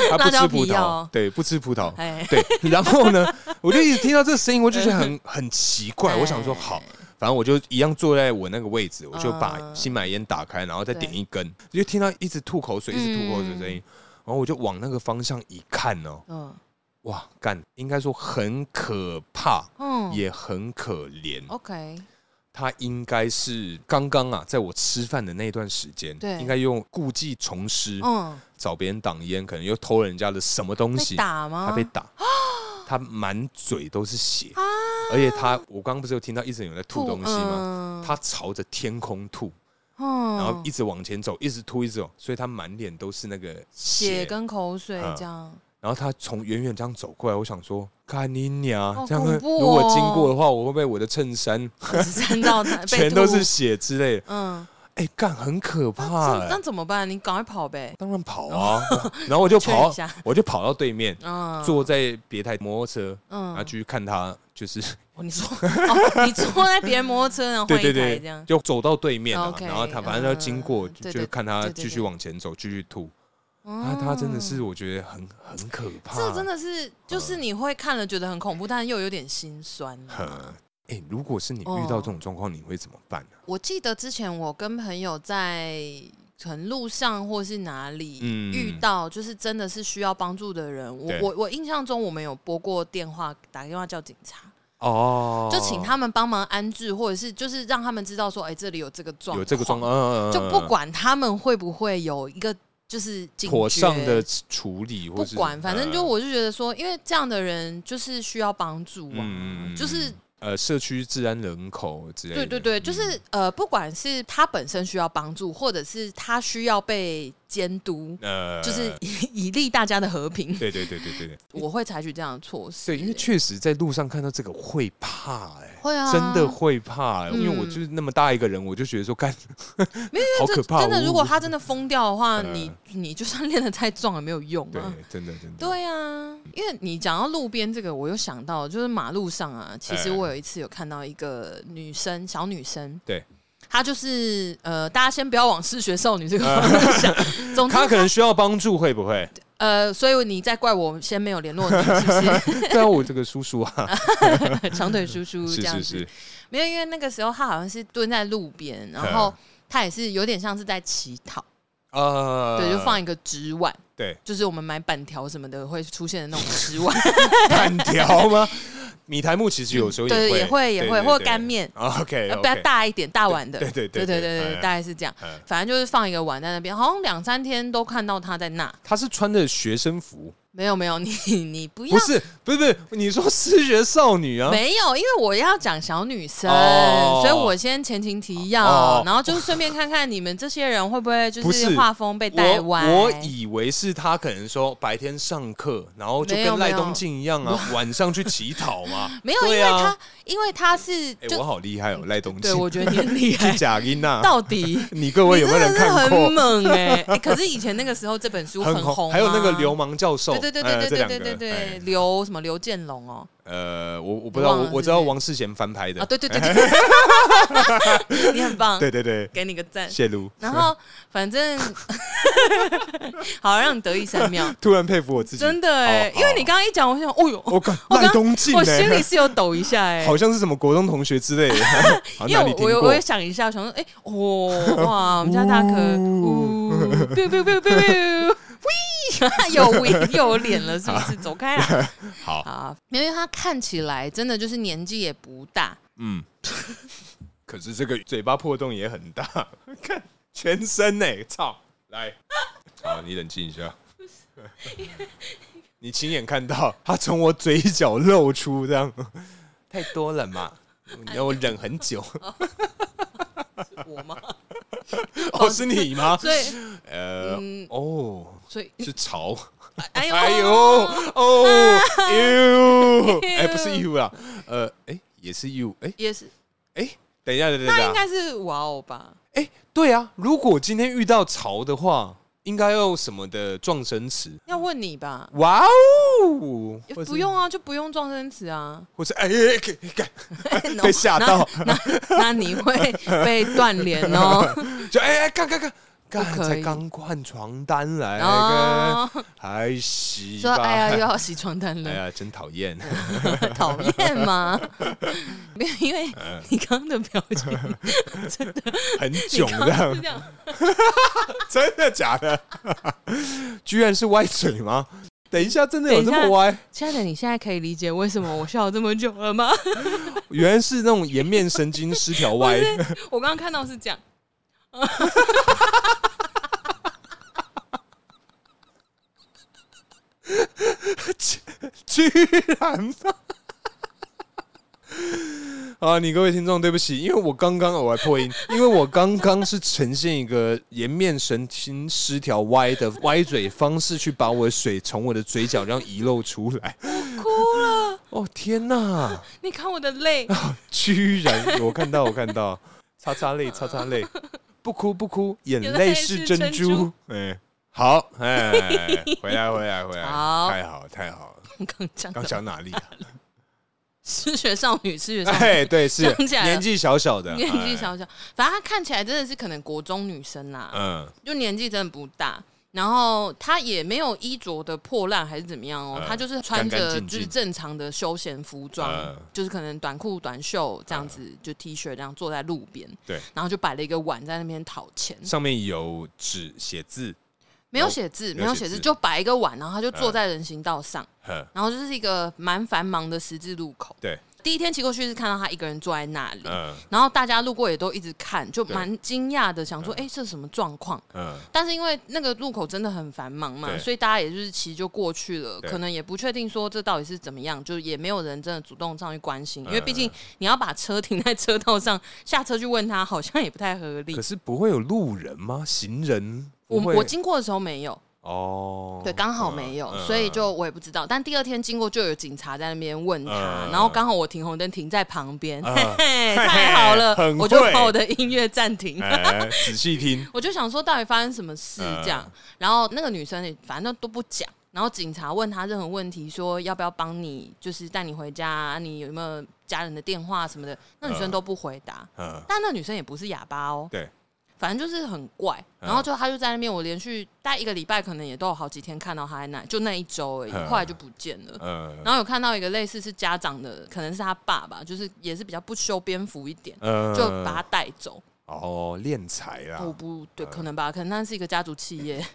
S1: 他不
S2: 辣
S1: 吃
S2: 椒
S1: 葡
S2: 皮
S1: 萄
S2: 哦，
S1: 对，不吃葡萄，
S2: 哎，
S1: 对。然后呢，我就一直听到这个声音，我就觉得很很奇怪。
S2: 嗯哎
S1: 我想说，好，反正我就一样坐在我那个位置，我就把
S2: 嗯
S1: 新买烟打开，然后再
S2: 对嗯
S1: 点一根，就听到一直吐口水，一直吐口水的声音。然后我就往那个方向一看哦，
S2: 嗯
S1: 哇，干，应该说很可怕，
S2: 嗯哦
S1: 也很可怜。
S2: ，OK，
S1: 他应该是刚刚啊，在我吃饭的那段时间，
S2: 对
S1: 应该用故技重施，
S2: 嗯，
S1: 找别人挡烟，可能又偷人家的什么东
S2: 被
S1: 西，
S2: 打吗？
S1: 他被 打，他满嘴都是血，
S2: 啊
S1: 而且他，我刚刚不是有听到一直有人在吐东西吗？
S2: 吗
S1: 他朝着天空吐，
S2: 嗯
S1: 然后一直往前走，一直吐，一直走，所以他满脸都是那个
S2: 血
S1: 血。
S2: 跟口水
S1: 嗯
S2: 这样，
S1: 然后他从远远这样走过来，我想说，看你娘
S2: 好，
S1: 这样
S2: 恐怖哦
S1: 如果经过的话，我会不会我的衬衫
S2: 我只看到 他被
S1: 全都
S2: 吐
S1: 是血之类的？
S2: 嗯，
S1: 哎，干很可
S2: 那
S1: 怕
S2: 这
S1: 哎
S2: 那。怎么办？你赶快跑呗，
S1: 当然跑啊，然后 我就跑
S2: 劝一下，
S1: 我就跑到对面，
S2: 嗯，
S1: 坐在别台摩托车，然后
S2: 嗯
S1: 继，续看他，就是
S2: 哦 你说哦，你坐在别人摩托车，然后
S1: 对
S2: 换
S1: 对
S2: 一台
S1: 对
S2: 这样，，
S1: 就走到对面啊，
S2: OK，
S1: 然后他反正要经过，
S2: 嗯
S1: 就
S2: 对
S1: 就
S2: 对
S1: 看他
S2: 对对
S1: 继续
S2: 对哦
S1: 往前走，继续吐。他啊他
S2: 嗯
S1: 真的是我觉得很很可怕，
S2: 这 真。的是，就是你会看了觉得很恐怖，但又有点心酸啊、
S1: 哎，如果是你遇到这种状况，你会怎么办呢？
S2: 我记得之前我跟朋友在可能路上或是哪里
S1: 嗯
S2: 遇到，就是真的是需要帮助的人，我
S1: 对
S2: 我我印象中我们有拨过电话，打电话叫警察，
S1: 哦，
S2: 就请他们帮忙安置，或者是就是让他们知道说，哎、这里有这个状况，
S1: 有这个状，况，嗯嗯嗯
S2: 就不管他们会不会有一个就是警
S1: 妥
S2: 觉
S1: 当的处理，或
S2: 不
S1: 是
S2: 管，反正就
S1: 呃
S2: 我就觉得说，因为这样的人就是需要帮助啊，
S1: 嗯嗯嗯
S2: 就是
S1: 呃社区治安人口之类的。
S2: 对对对，就
S1: 嗯
S2: 是呃，不管是他本身需要帮助，或者是他需要被监督，
S1: 呃，
S2: 就是以以 利大家的和平，
S1: 对对对对 对对
S2: 我会采取这样的措施。
S1: 对，因为确实在路上看到这个会怕哎。
S2: 会啊，
S1: 真的会怕、欸，因为我
S2: 嗯
S1: 就是那么大一个人，我就觉得说干， 好可
S2: 这
S1: 怕。
S2: 真的，
S1: 我
S2: 如果他真的疯掉的话，
S1: 呃
S2: 你你就算练得再壮也没有用
S1: 对
S2: 啊。，
S1: 真的真的，
S2: 对啊，因为你讲到路边这个，我又想到就是马路上啊，其实
S1: 哎
S2: 我有一次有看到一个女生，小女生，
S1: 对，
S2: 她就是呃，大家先不要往失学少女这个
S1: 呃
S2: 方向 想，总之
S1: 他可能需要帮助，会不 会？
S2: 呃，所以你在怪我先没有 联络你，是不
S1: 对啊，我这个叔叔啊，
S2: 是？ 长腿叔叔
S1: 是
S2: 这样
S1: 是
S2: 子，
S1: 是，
S2: 没有，因为那个时候他好像是蹲在路边，然后
S1: 嗯
S2: 他也是有点像是在乞讨，
S1: 呃，
S2: 对，就放一个纸碗，
S1: 对
S2: 就是我们买板条什么的会出现的那种纸碗，
S1: 板条吗？米苔木其实有时候
S2: 嗯对，
S1: 会
S2: 也会也会，或干。面，
S1: 啊
S2: 呃
S1: OK，
S2: 要不要大一点大碗的，
S1: 对对对对
S2: 对对对
S1: 哎
S2: 对，大概是这样。
S1: 嗯
S2: 反正就是放一个碗在那边，好像两三天都看到他在那。
S1: 他是穿的学生服，
S2: 没有没有，你你不要
S1: 不是不是不是，你说失学少女啊？
S2: 没有，因为我要讲小女生，
S1: 哦
S2: 所以我先前情提要，
S1: 哦
S2: 然后就是顺便看看你们这些人会不会就
S1: 不是
S2: 是画风被带
S1: 我
S2: 歪。
S1: 我以为是他可能说白天上课，然后就
S2: 没有
S1: 跟赖
S2: 没有
S1: 东进一样 啊，晚上去乞讨嘛。
S2: 没有，因
S1: 对
S2: 为
S1: 啊
S2: 他因为他是
S1: 哎、
S2: 就、
S1: 我好厉害哦，赖东
S2: 对，
S1: 进，
S2: 我觉 得你很厉害，
S1: 贾英娜，
S2: 到底
S1: 啊你各位有没有人
S2: 你真的
S1: 看
S2: 是很
S1: 过？
S2: 猛哎、 哎可是以前那个时候这本书红、啊，
S1: 还有那个流。氓教授，
S2: 对对对
S1: 哎
S2: 对
S1: 这
S2: 对
S1: 两
S2: 对对对
S1: 个
S2: 对
S1: 哎，
S2: 刘什么刘建龙哦
S1: 呃，我我不知道，
S2: 忘了
S1: 我我知道
S2: 是不是
S1: 王世贤翻拍的，
S2: 啊对对对对， 你很棒，
S1: 对对对，
S2: 给你个赞。
S1: 谢卢
S2: 然后反正好让你得意三秒，
S1: 突然佩服我自己，哦
S2: 真的哎、
S1: 好
S2: 因为你刚刚一讲，我想，哦呦，
S1: 我靠，
S2: 我
S1: 赖
S2: 刚
S1: 东进
S2: 我
S1: 哎
S2: 心里是有抖一下哎、
S1: 好像是什么国中同学之 类的，好
S2: 因
S1: 哪里
S2: 为我
S1: 听
S2: 我有我
S1: 过
S2: 也？想一下，我想说，哎、哦，哇，我们家大可，
S1: 呜
S2: 呜，biu biu biu biu biu，喂，有喂又有脸了，是不是？走开啊！
S1: 好，
S2: 啊，因为他看起来真的就是年纪也不大，
S1: 嗯， 可是这个嘴巴破洞也很大， 看全身呢，操，来， 好，你冷静一 下。你亲眼看到他从我嘴角露出，这样 太多了嘛？ 你要我忍很久，
S2: 是我吗？
S1: 哦，是你吗？
S2: 所以，
S1: 呃，
S2: 嗯，
S1: 哦，
S2: 所以，
S1: 是潮，
S2: 哎呦，啊
S1: 哎 呦，哦，you，哎，不是 you 啦，呃，哎，也是 you，哎，
S2: 也是，
S1: 哎，等一下，等一
S2: 那应
S1: 下，
S2: 该是哇哦吧？
S1: 哎，对啊，如果今天遇到潮的话，应该用什么的撞声词？
S2: 要问你吧？
S1: 哇呜，
S2: 也
S1: 或是
S2: 不，用啊，就不用撞生词啊。
S1: 或是哎哎哎干， 被吓到，
S2: 那那那你会 被断联哦。
S1: 就哎哎干干干。干
S2: 不可
S1: 才
S2: 以
S1: 刚换床单来，干
S2: 哦，
S1: 还洗
S2: 说
S1: 吧？
S2: 哎呀，又要洗床单
S1: 哎
S2: 了，
S1: 呀，真讨 厌！
S2: 讨厌吗？没有，因为
S1: 嗯
S2: 你刚刚的表 情，
S1: 很
S2: 你
S1: 囧
S2: 刚
S1: 这
S2: 刚
S1: 样，
S2: 是这样，
S1: 真的假的？ 居然是歪嘴吗？等一下，真的有这
S2: 等
S1: 么
S2: 一下
S1: 歪？
S2: 亲爱的，你现在可以理解为什么我笑了这么久了吗？
S1: 原来是那种颜面神经失调歪。
S2: 我刚刚看到是这样，
S1: 居然吧！啊，你各位听众，对不起，因为我刚刚我还破 音，因为我刚刚是呈现一个颜面神经失调歪的歪嘴方式，去把我的水从我的嘴角这样遗漏出来。
S2: 哭了，
S1: 哦天哪！
S2: 你看我的 泪，
S1: 居然我看到，我看到，擦擦泪，擦擦泪，不哭不哭，眼
S2: 眼
S1: 泪
S2: 泪
S1: 是
S2: 是
S1: 珍
S2: 珍
S1: 珠
S2: 珠。
S1: 哎，好，哎，回来回来回来，
S2: 好
S1: 太好太好了，
S2: 刚刚讲
S1: 刚
S2: 的
S1: 讲哪里啊？
S2: 失学少女，失学少女。
S1: 哎，对，是
S2: 想起来了
S1: 年纪小小的，
S2: 年纪
S1: 哎，
S2: 小小，反正她看起来真的是可能国中女生啦、
S1: 嗯，
S2: 就年纪真的不大。然后她也没有衣着的破烂还是怎么样哦，
S1: 嗯
S2: 她就是穿
S1: 干干
S2: 着
S1: 净净
S2: 就是正常的休闲服装
S1: 嗯，
S2: 就是可能短裤、短袖这
S1: 呃
S2: 样子，就 T 恤这样坐在路边，
S1: 对，
S2: 然后就摆了一个碗在那边讨钱，
S1: 上面有纸写字，
S2: 没有写字，
S1: 哦没有
S2: 没有
S1: 写
S2: 写字，
S1: 字呃
S2: 就摆一个碗，然后她就坐在人行道上，
S1: 呵，
S2: 然后就是一个蛮繁忙的十字路口。
S1: 对，
S2: 第一天骑过去是看到她一个人坐在那里，
S1: 嗯
S2: 然后大家路过也都一直看，就
S1: 对呃
S2: 蛮惊讶的，想说，哎、这是什么状况？
S1: 嗯，
S2: 但是因为那个路口真的很繁忙嘛，
S1: 对
S2: 所以大家也就是骑就过去了，
S1: 对
S2: 可能也不确定说这到底是怎么样，就是也没有人真的主动上去关心，因为
S1: 嗯
S2: 毕竟你要把车停在车道上，下车去问他，好像也不太合理
S1: 可。是不会有路人吗？行人不
S2: 我
S1: 会，
S2: 我经过的时候没有，
S1: 哦，嗯
S2: 对，刚好没有，所以就我也不知道。但第二天经过就有警察在那边问他，
S1: 嗯
S2: 然后刚好我停红灯停在旁边，
S1: 嗯
S2: 嘿嘿，
S1: 嘿嘿
S2: 太好 了
S1: 很，
S2: 我就
S1: 会
S2: 把我的音乐暂停。
S1: 哎，仔细听，
S2: 我就想说到底发生什么事
S1: 嗯
S2: 这样，然后那个女生也反正都不讲，然后警察问她任何问题，说要不要帮你，就是带你回家啊，你有没有家人的电话什么的，那女生都不回答，
S1: 嗯，
S2: 但那女生也不是哑巴哦，
S1: 对，
S2: 反正就是很怪，
S1: 嗯
S2: 然后就她就在那边，我连续待一个礼拜，可能也都有好几天看到她在那，就那一周而已，
S1: 嗯
S2: 后来就不见了。
S1: 嗯
S2: 然后有看到一个类似是家长的，可能是他爸爸，就是也是比较不修边幅一点，
S1: 嗯，
S2: 就把他带走。
S1: 哦练财啦，
S2: 我不
S1: 呃
S2: 对，可能吧，可能那是一个家族企业。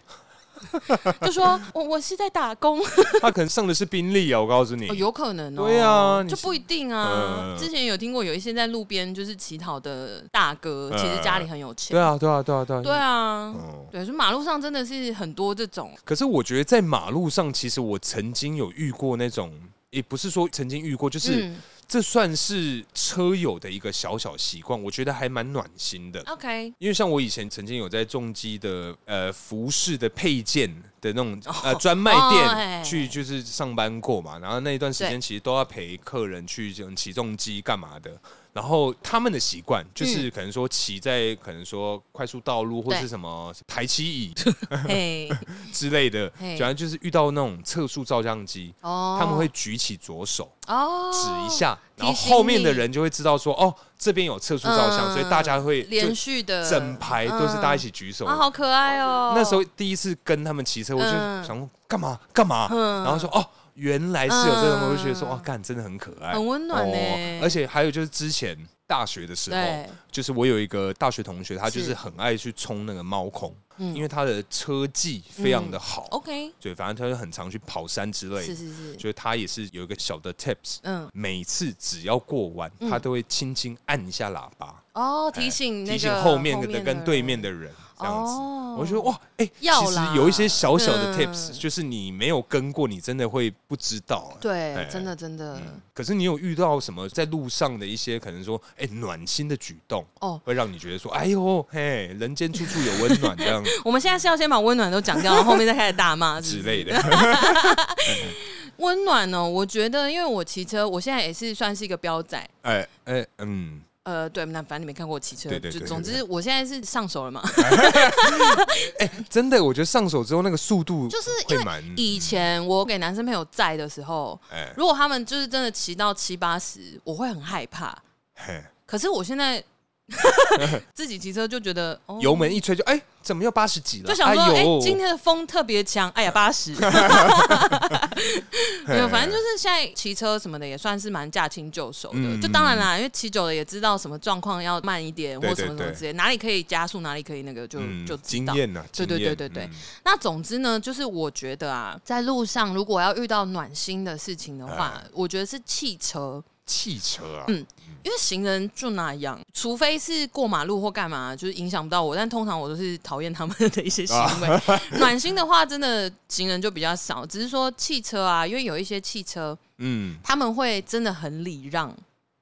S2: 就说我我是在打工，
S1: 他可能上的是宾利啊，我告诉你
S2: 哦、，有可能哦，
S1: 对啊你
S2: 就是不一定啊。
S1: 嗯
S2: 之前有听过有一些在路边就是乞讨的大哥，
S1: 嗯
S2: 其实家里很有钱，
S1: 对啊，对啊，对啊，对啊，
S2: 对啊，
S1: 嗯。
S2: 对，就马路上真的是很多这种，
S1: 可是我觉得在马路上，其实我曾经有遇过那种，也不是说曾经遇过，就是、
S2: 嗯
S1: 这算是车友的一个小小习惯，我觉得还蛮暖心的。
S2: ，OK，
S1: 因为像我以前曾经有在重机的呃服饰的配件的那种呃专卖
S2: 哦哎
S1: 店去就是上班过嘛，然后那一段时间其实都要陪客人去这种起重机干嘛的。然后他们的习惯就是可能说骑在可能说快速道路或
S2: 嗯对
S1: 是什么台七椅
S2: 嘿，
S1: 之类的，
S2: 嘿
S1: 反正就是遇到那种测速照相机，
S2: 哦，
S1: 他们会举起左手，
S2: 哦
S1: 指一，下，
S2: 提
S1: 然后
S2: 醒
S1: 后面的
S2: 你
S1: 人就会知道说，哦，这边有测速照相，
S2: 嗯
S1: 所以大家会
S2: 连
S1: 就
S2: 续的
S1: 整排都是大家一
S2: 起
S1: 起举手。
S2: 啊，好可爱哦。
S1: 那时候第一次跟他们骑车，我就
S2: 嗯
S1: 想说干嘛干嘛，
S2: 嗯
S1: 然后说哦，原来是有这种，
S2: 嗯
S1: 我就觉得说哇，哦干真的很可爱，
S2: 很温暖
S1: 哦
S2: 呢，
S1: 而且还有就是之前大学的时候，
S2: 对，
S1: 就是我有一个大学同学，他就是
S2: 是
S1: 很爱去冲那个猫空，
S2: 嗯
S1: 因为他的车技非常的好，
S2: ，OK，
S1: 对，反正他就很常去跑山之类
S2: 是
S1: 的，
S2: 是是，
S1: 就是他也是有一个小的 tips，
S2: 嗯，
S1: 每次只要过弯，
S2: 嗯
S1: 他都会轻轻按一下喇叭，
S2: 哦，提
S1: 哎
S2: 醒那个
S1: 提醒后面
S2: 的
S1: 的跟对面
S2: 人
S1: 的人这样子。
S2: 哦
S1: 我觉得哇，哎、
S2: 要
S1: 其实
S2: 啦
S1: 有一些小小的 tips，、
S2: 嗯
S1: 就是你没有跟过，你真的会不知道、哎
S2: 对，
S1: 哎
S2: 真的真的、
S1: 可是你有遇到什么在路上的一些可能说，哎、暖心的举动，
S2: 哦。
S1: 会让你觉得说，哎呦，嘿，人间处处有温暖这样
S2: 我们现在是要先把温暖都讲 掉，然后后面再开始大骂是哦
S1: 之
S2: 不是
S1: 类的。
S2: 温暖呢、我觉得因为我骑车，我现在也是算是一个标仔，
S1: 哎哎，嗯，
S2: 呃，对，那反正你没看过骑车，
S1: 对对对
S2: 就
S1: 对
S2: 总之我现在是上手了嘛。
S1: 真的，我觉得上手之后那个速度
S2: 就是因
S1: 会
S2: 为
S1: 蛮，
S2: 以前我给男生朋友载的时候，
S1: 哎
S2: 如果他们就是真的骑到七八十，我会很害怕。
S1: 嘿
S2: 可是我 现在自己骑车就觉得，哦、
S1: 油门一吹就哎，怎么又八十几了？
S2: 就想说，哎、
S1: 哎呦
S2: 今天的风特别强，哎 呀，八十。没有，反正就是现在骑车什么的也算是蛮驾轻就熟的。
S1: 嗯
S2: 就当然啦，因为骑久了也知道什么状况要慢一点，或
S1: 对
S2: 什么
S1: 对
S2: 什么
S1: 对
S2: 之类，哪里可以加速，哪里可以那个就、
S1: 嗯
S2: 就知
S1: 经
S2: 道。
S1: 验呐，
S2: 对对
S1: 经验
S2: 对对对
S1: 嗯
S2: 那总之呢，就是我觉得啊，在路上如果要遇到暖心的事情的
S1: 啊
S2: 话，我觉得是汽车，
S1: 汽车啊，
S2: 嗯因为行人就那样，除非是过马路或干嘛，就是影响不到我。但通常我都是讨厌他们的一些行为。
S1: 啊
S2: 暖心的话，真的行人就比较少，只是说汽车啊，因为有一些汽车
S1: 嗯，
S2: 他们会真的很礼让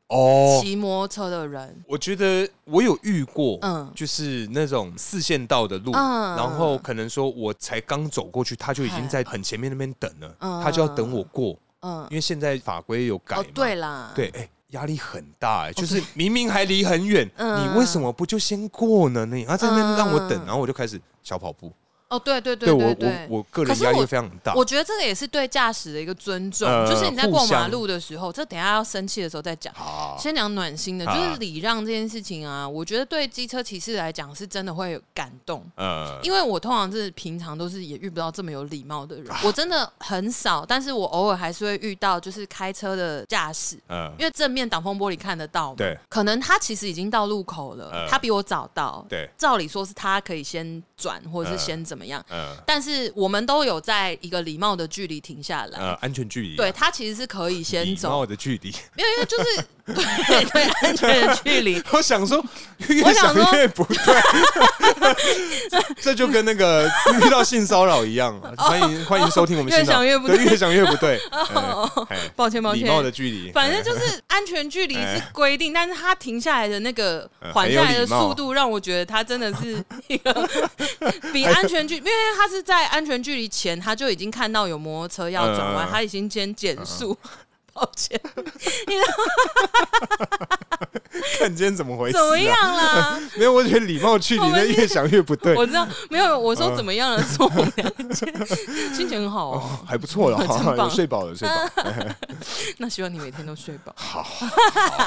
S1: 哦，
S2: 骑摩托车的人，
S1: 我觉得我有遇过，
S2: 嗯
S1: 就是那种四线道的路，
S2: 嗯
S1: 然后可能说我才刚走过去，他就已经在很前面那边等了，
S2: 嗯
S1: 他就要等我过，
S2: 嗯，
S1: 因为现在法规有改嘛，
S2: 哦，对啦，
S1: 对，哎、压力很大哎、就是明明还离很远，
S2: 嗯
S1: 你为什么不就先过呢？你啊在那边让我等，
S2: 嗯
S1: 然后我就开始小跑步，
S2: 哦，对对对对对，
S1: 我我我个
S2: 可
S1: 人
S2: 是
S1: 压力
S2: 我
S1: 会非常大。
S2: 我觉得这个也是对驾驶的一个尊重，
S1: 呃
S2: 就是你在过
S1: 互
S2: 马
S1: 相
S2: 路的时候，这等一下要生气的时候再讲。
S1: 好，
S2: 先讲暖心的，就
S1: 好
S2: 是礼让这件事情啊，我觉得对机车骑士来讲是真的会有感动，
S1: 呃，
S2: 因为我通常是平常都是也遇不到这么有礼貌的人， 我真的很少，但是我偶尔还是会遇到，就是开车的驾驶，
S1: 呃，
S2: 因为正面挡风玻璃看得到嘛，
S1: 对，
S2: 可能他其实已经到路口了，
S1: 呃
S2: 他比我早到，
S1: 对，嗯
S2: 照理说是他可以先转或者是先怎么样，
S1: 呃，
S2: 但是我们都有在一个礼貌的距离停下来。
S1: 呃，安全距离、啊，
S2: 对，他其实是可以先
S1: 礼貌
S2: 走，
S1: 的距离。
S2: 没有，因为就是 对对安全的距离，
S1: 我想说，越
S2: 我想
S1: 想
S2: 说
S1: 越不 对，这就跟那个遇到性骚扰一样。啊欢迎欢迎收听我们
S2: 哦越
S1: 性骚扰
S2: 想越不对哦
S1: 对越想越不对。哎哎
S2: 抱歉抱
S1: 礼貌的
S2: 歉，
S1: 距离，
S2: 反正就是安全距离是规定，但是他停下来的那个
S1: 呃
S2: 缓
S1: 哎很
S2: 下
S1: 有
S2: 来的
S1: 礼貌
S2: 速度，让我觉得他真的 是一个比安全距，因为他是在安全距离前他就已经看到有摩托车要转
S1: 嗯
S2: 弯，
S1: 嗯嗯嗯哎
S2: 他已经先减速。抱歉，
S1: 看今天怎么回事、
S2: 怎
S1: 啊？
S2: 么样 啦？
S1: 没有，我觉得礼貌距离
S2: 我们
S1: 那
S2: 是
S1: 越想越不对，
S2: 我知道没有，我
S1: 嗯
S2: 说怎么样了？说我们俩今天心情很好哦，
S1: 还不错了，
S2: 真
S1: 哈，有
S2: 棒
S1: 睡饱了，睡饱，
S2: 那希望你每天都睡饱。
S1: 好，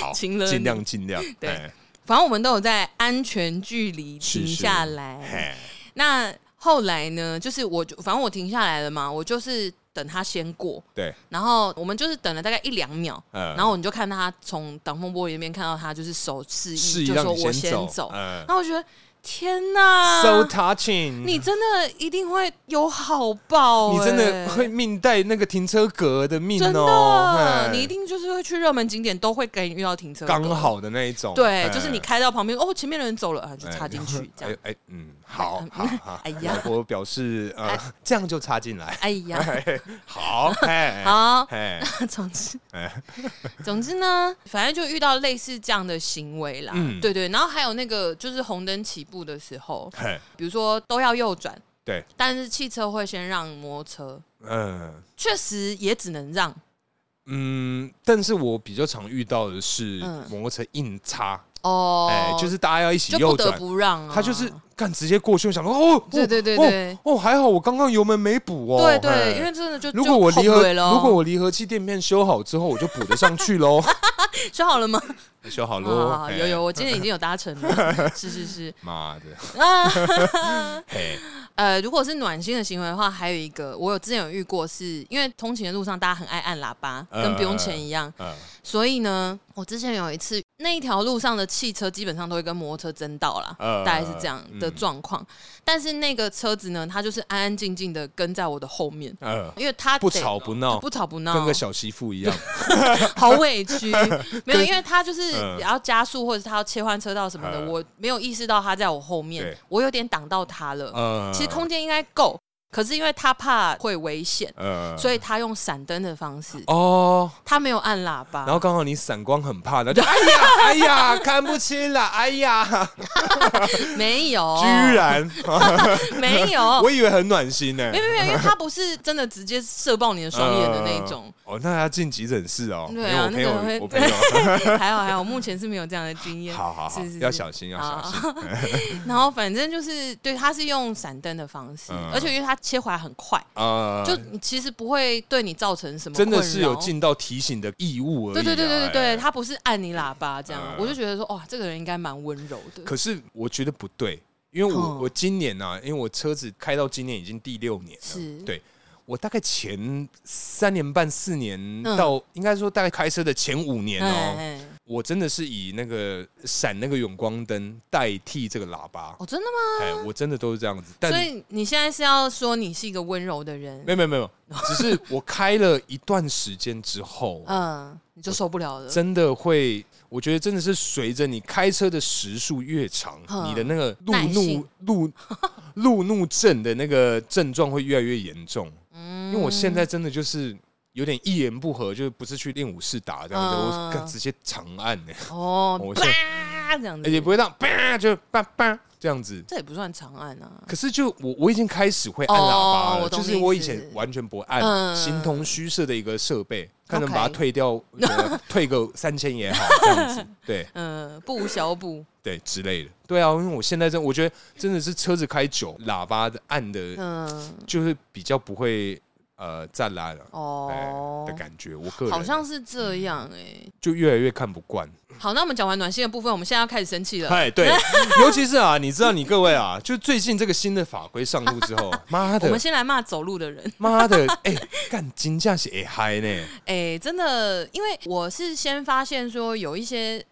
S1: 好，
S2: 情人
S1: 尽量尽量，
S2: 嗯 对
S1: 哎，
S2: 反正我们都有在安全距离停
S1: 是是
S2: 下来。
S1: 嘿
S2: 那后来呢？就是我就反正我停下来了嘛，我就是等他先过，
S1: 对，
S2: 然后我们就是等了大概一两秒，
S1: 呃
S2: 然后你就看他从挡风玻璃那边看到他就是手示
S1: 示
S2: 意，
S1: 意
S2: 就
S1: 让
S2: 说
S1: 你
S2: 我
S1: 先
S2: 走。
S1: 嗯
S2: 然后我觉得天哪
S1: So touching，
S2: 你真的一定会有好报、
S1: 你真的
S2: 哎
S1: 会命带那个停车格的命
S2: 真
S1: 哦，
S2: 的，
S1: 嘿
S2: 你一定就是会去热门景点都会给你遇到停车格
S1: 刚。好的那一种，
S2: 对
S1: 嘿，
S2: 就是你开到旁边，哦，前面的人走了啊，就插进去这样。，
S1: 哎哎， 嗯，好好好，
S2: 哎呀
S1: 我表示呃，这样就插进来，
S2: 哎呀，
S1: 嘿好，嘿，
S2: 好，
S1: 嘿，
S2: 总之
S1: 哎，
S2: 总之呢，反正就遇到类似这样的行为啦。
S1: 嗯
S2: 对对，然后还有那个就是红灯起步的时候，
S1: 嘿，
S2: 比如说都要右转，
S1: 对，
S2: 但是汽车会先让摩托车，
S1: 嗯。
S2: 确实也只能让。
S1: 嗯，但是我比较常遇到的是
S2: 嗯
S1: 摩托车硬插，
S2: 哦，
S1: 哎、就是大家要一起
S2: 就
S1: 右
S2: 不得
S1: 转，
S2: 不让啊。
S1: 他就是干直接过去，我想说哦，
S2: 对
S1: 哦
S2: 对对
S1: 哦
S2: 对
S1: 哦，还好我刚刚油门没补哦，
S2: 对
S1: 哎
S2: 对，因为真的就
S1: 如果我离合
S2: 合了，
S1: 如果我离合器垫片修好之后，我就补得上去喽，
S2: 修好了 吗？
S1: 修好喽
S2: 啊，，
S1: 哎
S2: 有有，，我今天已经有达成了， 是是是
S1: 妈 的，
S2: 啊。
S1: 嘿，
S2: 呃，如果是暖心的行为的话，还有一个我有之前有遇过是，因为通勤的路上大家很爱按喇叭，
S1: 呃
S2: 跟不用钱一样，
S1: 呃，
S2: 所以呢，我之前有一次那一条路上的汽车基本上都会跟摩托车争道啦，
S1: 呃
S2: 大概是这样的
S1: 嗯
S2: 状况。但是那个车子呢，它就是安安静静的跟在我的后面，
S1: 呃，
S2: 因为它
S1: 不
S2: 得
S1: 吵不闹
S2: 不，吵不闹，
S1: 跟个小媳妇一样，
S2: 好 委屈，没有，因为他就是
S1: 嗯
S2: 也要加速或者他要切换车道什么的，
S1: 嗯
S2: 我没有意识到他在我后面
S1: 对，
S2: 我有点挡到他了。
S1: 呃，
S2: 其实空间应该够，可是因为他怕会危险，
S1: 呃，
S2: 所以他用闪灯的方式，
S1: 哦，
S2: 他没有按喇叭。
S1: 然后刚好你闪光很怕，然后就哎呀 哎呀看不清了，哎呀，
S2: 没有，
S1: 居然，
S2: 没有，
S1: 我以为很暖心呢
S2: 没。有没有，因为他不是真的直接射爆你的双眼的那种。
S1: 呃哦，那他进急诊室哦，
S2: 对啊
S1: 因为我
S2: 那个
S1: 朋
S2: 会
S1: 友，我朋 友，
S2: 还好还好，目前是没有这样的经验。
S1: 嗯好好好
S2: 是是，是
S1: 要小心，要小心。
S2: 好 然后反正就是对，他是用闪灯的方式，
S1: 嗯
S2: 而且因为他切回来很快，
S1: 啊，
S2: 就你其实不会对你造成什么
S1: 真的
S2: 困
S1: 是
S2: 扰
S1: 有。尽到提醒的义务而已啊。
S2: 对对对对对
S1: 哎
S2: 对，他不是按你喇叭这样，
S1: 嗯
S2: 我就觉得说，哇，这个人应该蛮温柔的。
S1: 可是我觉得不对，因为我、
S2: 哦
S1: 我今年呢、啊，因为我车子开到今年已经第六年了，
S2: 是
S1: 对我大概前三年半四年
S2: 嗯
S1: 到，应该说大概开车的前五年哦、
S2: 哎哎
S1: 我真的是以那个闪那个远光灯代替这个喇叭，
S2: 哦，真的吗？
S1: 哎、我真的都是这样子，但
S2: 所以你现在是要说你是一个温柔的人
S1: 没，有没有没有，只是我开了一段时间之后，
S2: 嗯，你就受不了了。
S1: 真的会，我觉得真的是随着你开车的时速越长，
S2: 嗯
S1: 你的那个路
S2: 耐
S1: 怒
S2: 性
S1: 路路怒症的那个症状会越来越严重。
S2: 嗯
S1: 因为我现在真的就是有点一言不合，就是不是去练武士打这样子，我
S2: 嗯
S1: 干直接长按呢、
S2: 哦，
S1: 我现在
S2: 啪这样
S1: 而且不
S2: 子，
S1: 会让叭就叭叭这样子。
S2: 这也不算长按啊。
S1: 可是就我我已经开始会按喇叭
S2: 哦
S1: 了，
S2: 我懂
S1: 就是
S2: 你意
S1: 我以
S2: 思
S1: 前完全不按，
S2: 嗯
S1: 形同虚设的一个设备，看能
S2: OK
S1: 把它退掉，我觉得 退个三千也好，这样子对。
S2: 嗯，不无小补，
S1: 对之类的。对啊，因为我现在真我觉得真的是车子开久，喇叭的按的，
S2: 嗯，
S1: 就是比较不会呃再拉了。
S2: 哦
S1: 哎，的感觉，我个人
S2: 好像是这样哎。
S1: 就越来越看不惯。
S2: 好，那我们讲完暖心的部分，我们现在要开始生气了。
S1: 哎， 对，尤其是啊，你知道，你各位啊，就最近这个新的法规上路之 后，妈
S2: 我
S1: 的
S2: 们，先来骂走路的人。
S1: 妈的，哎，干金价是哎嗨呢，
S2: 哎、真的，因为我是先发现说有一些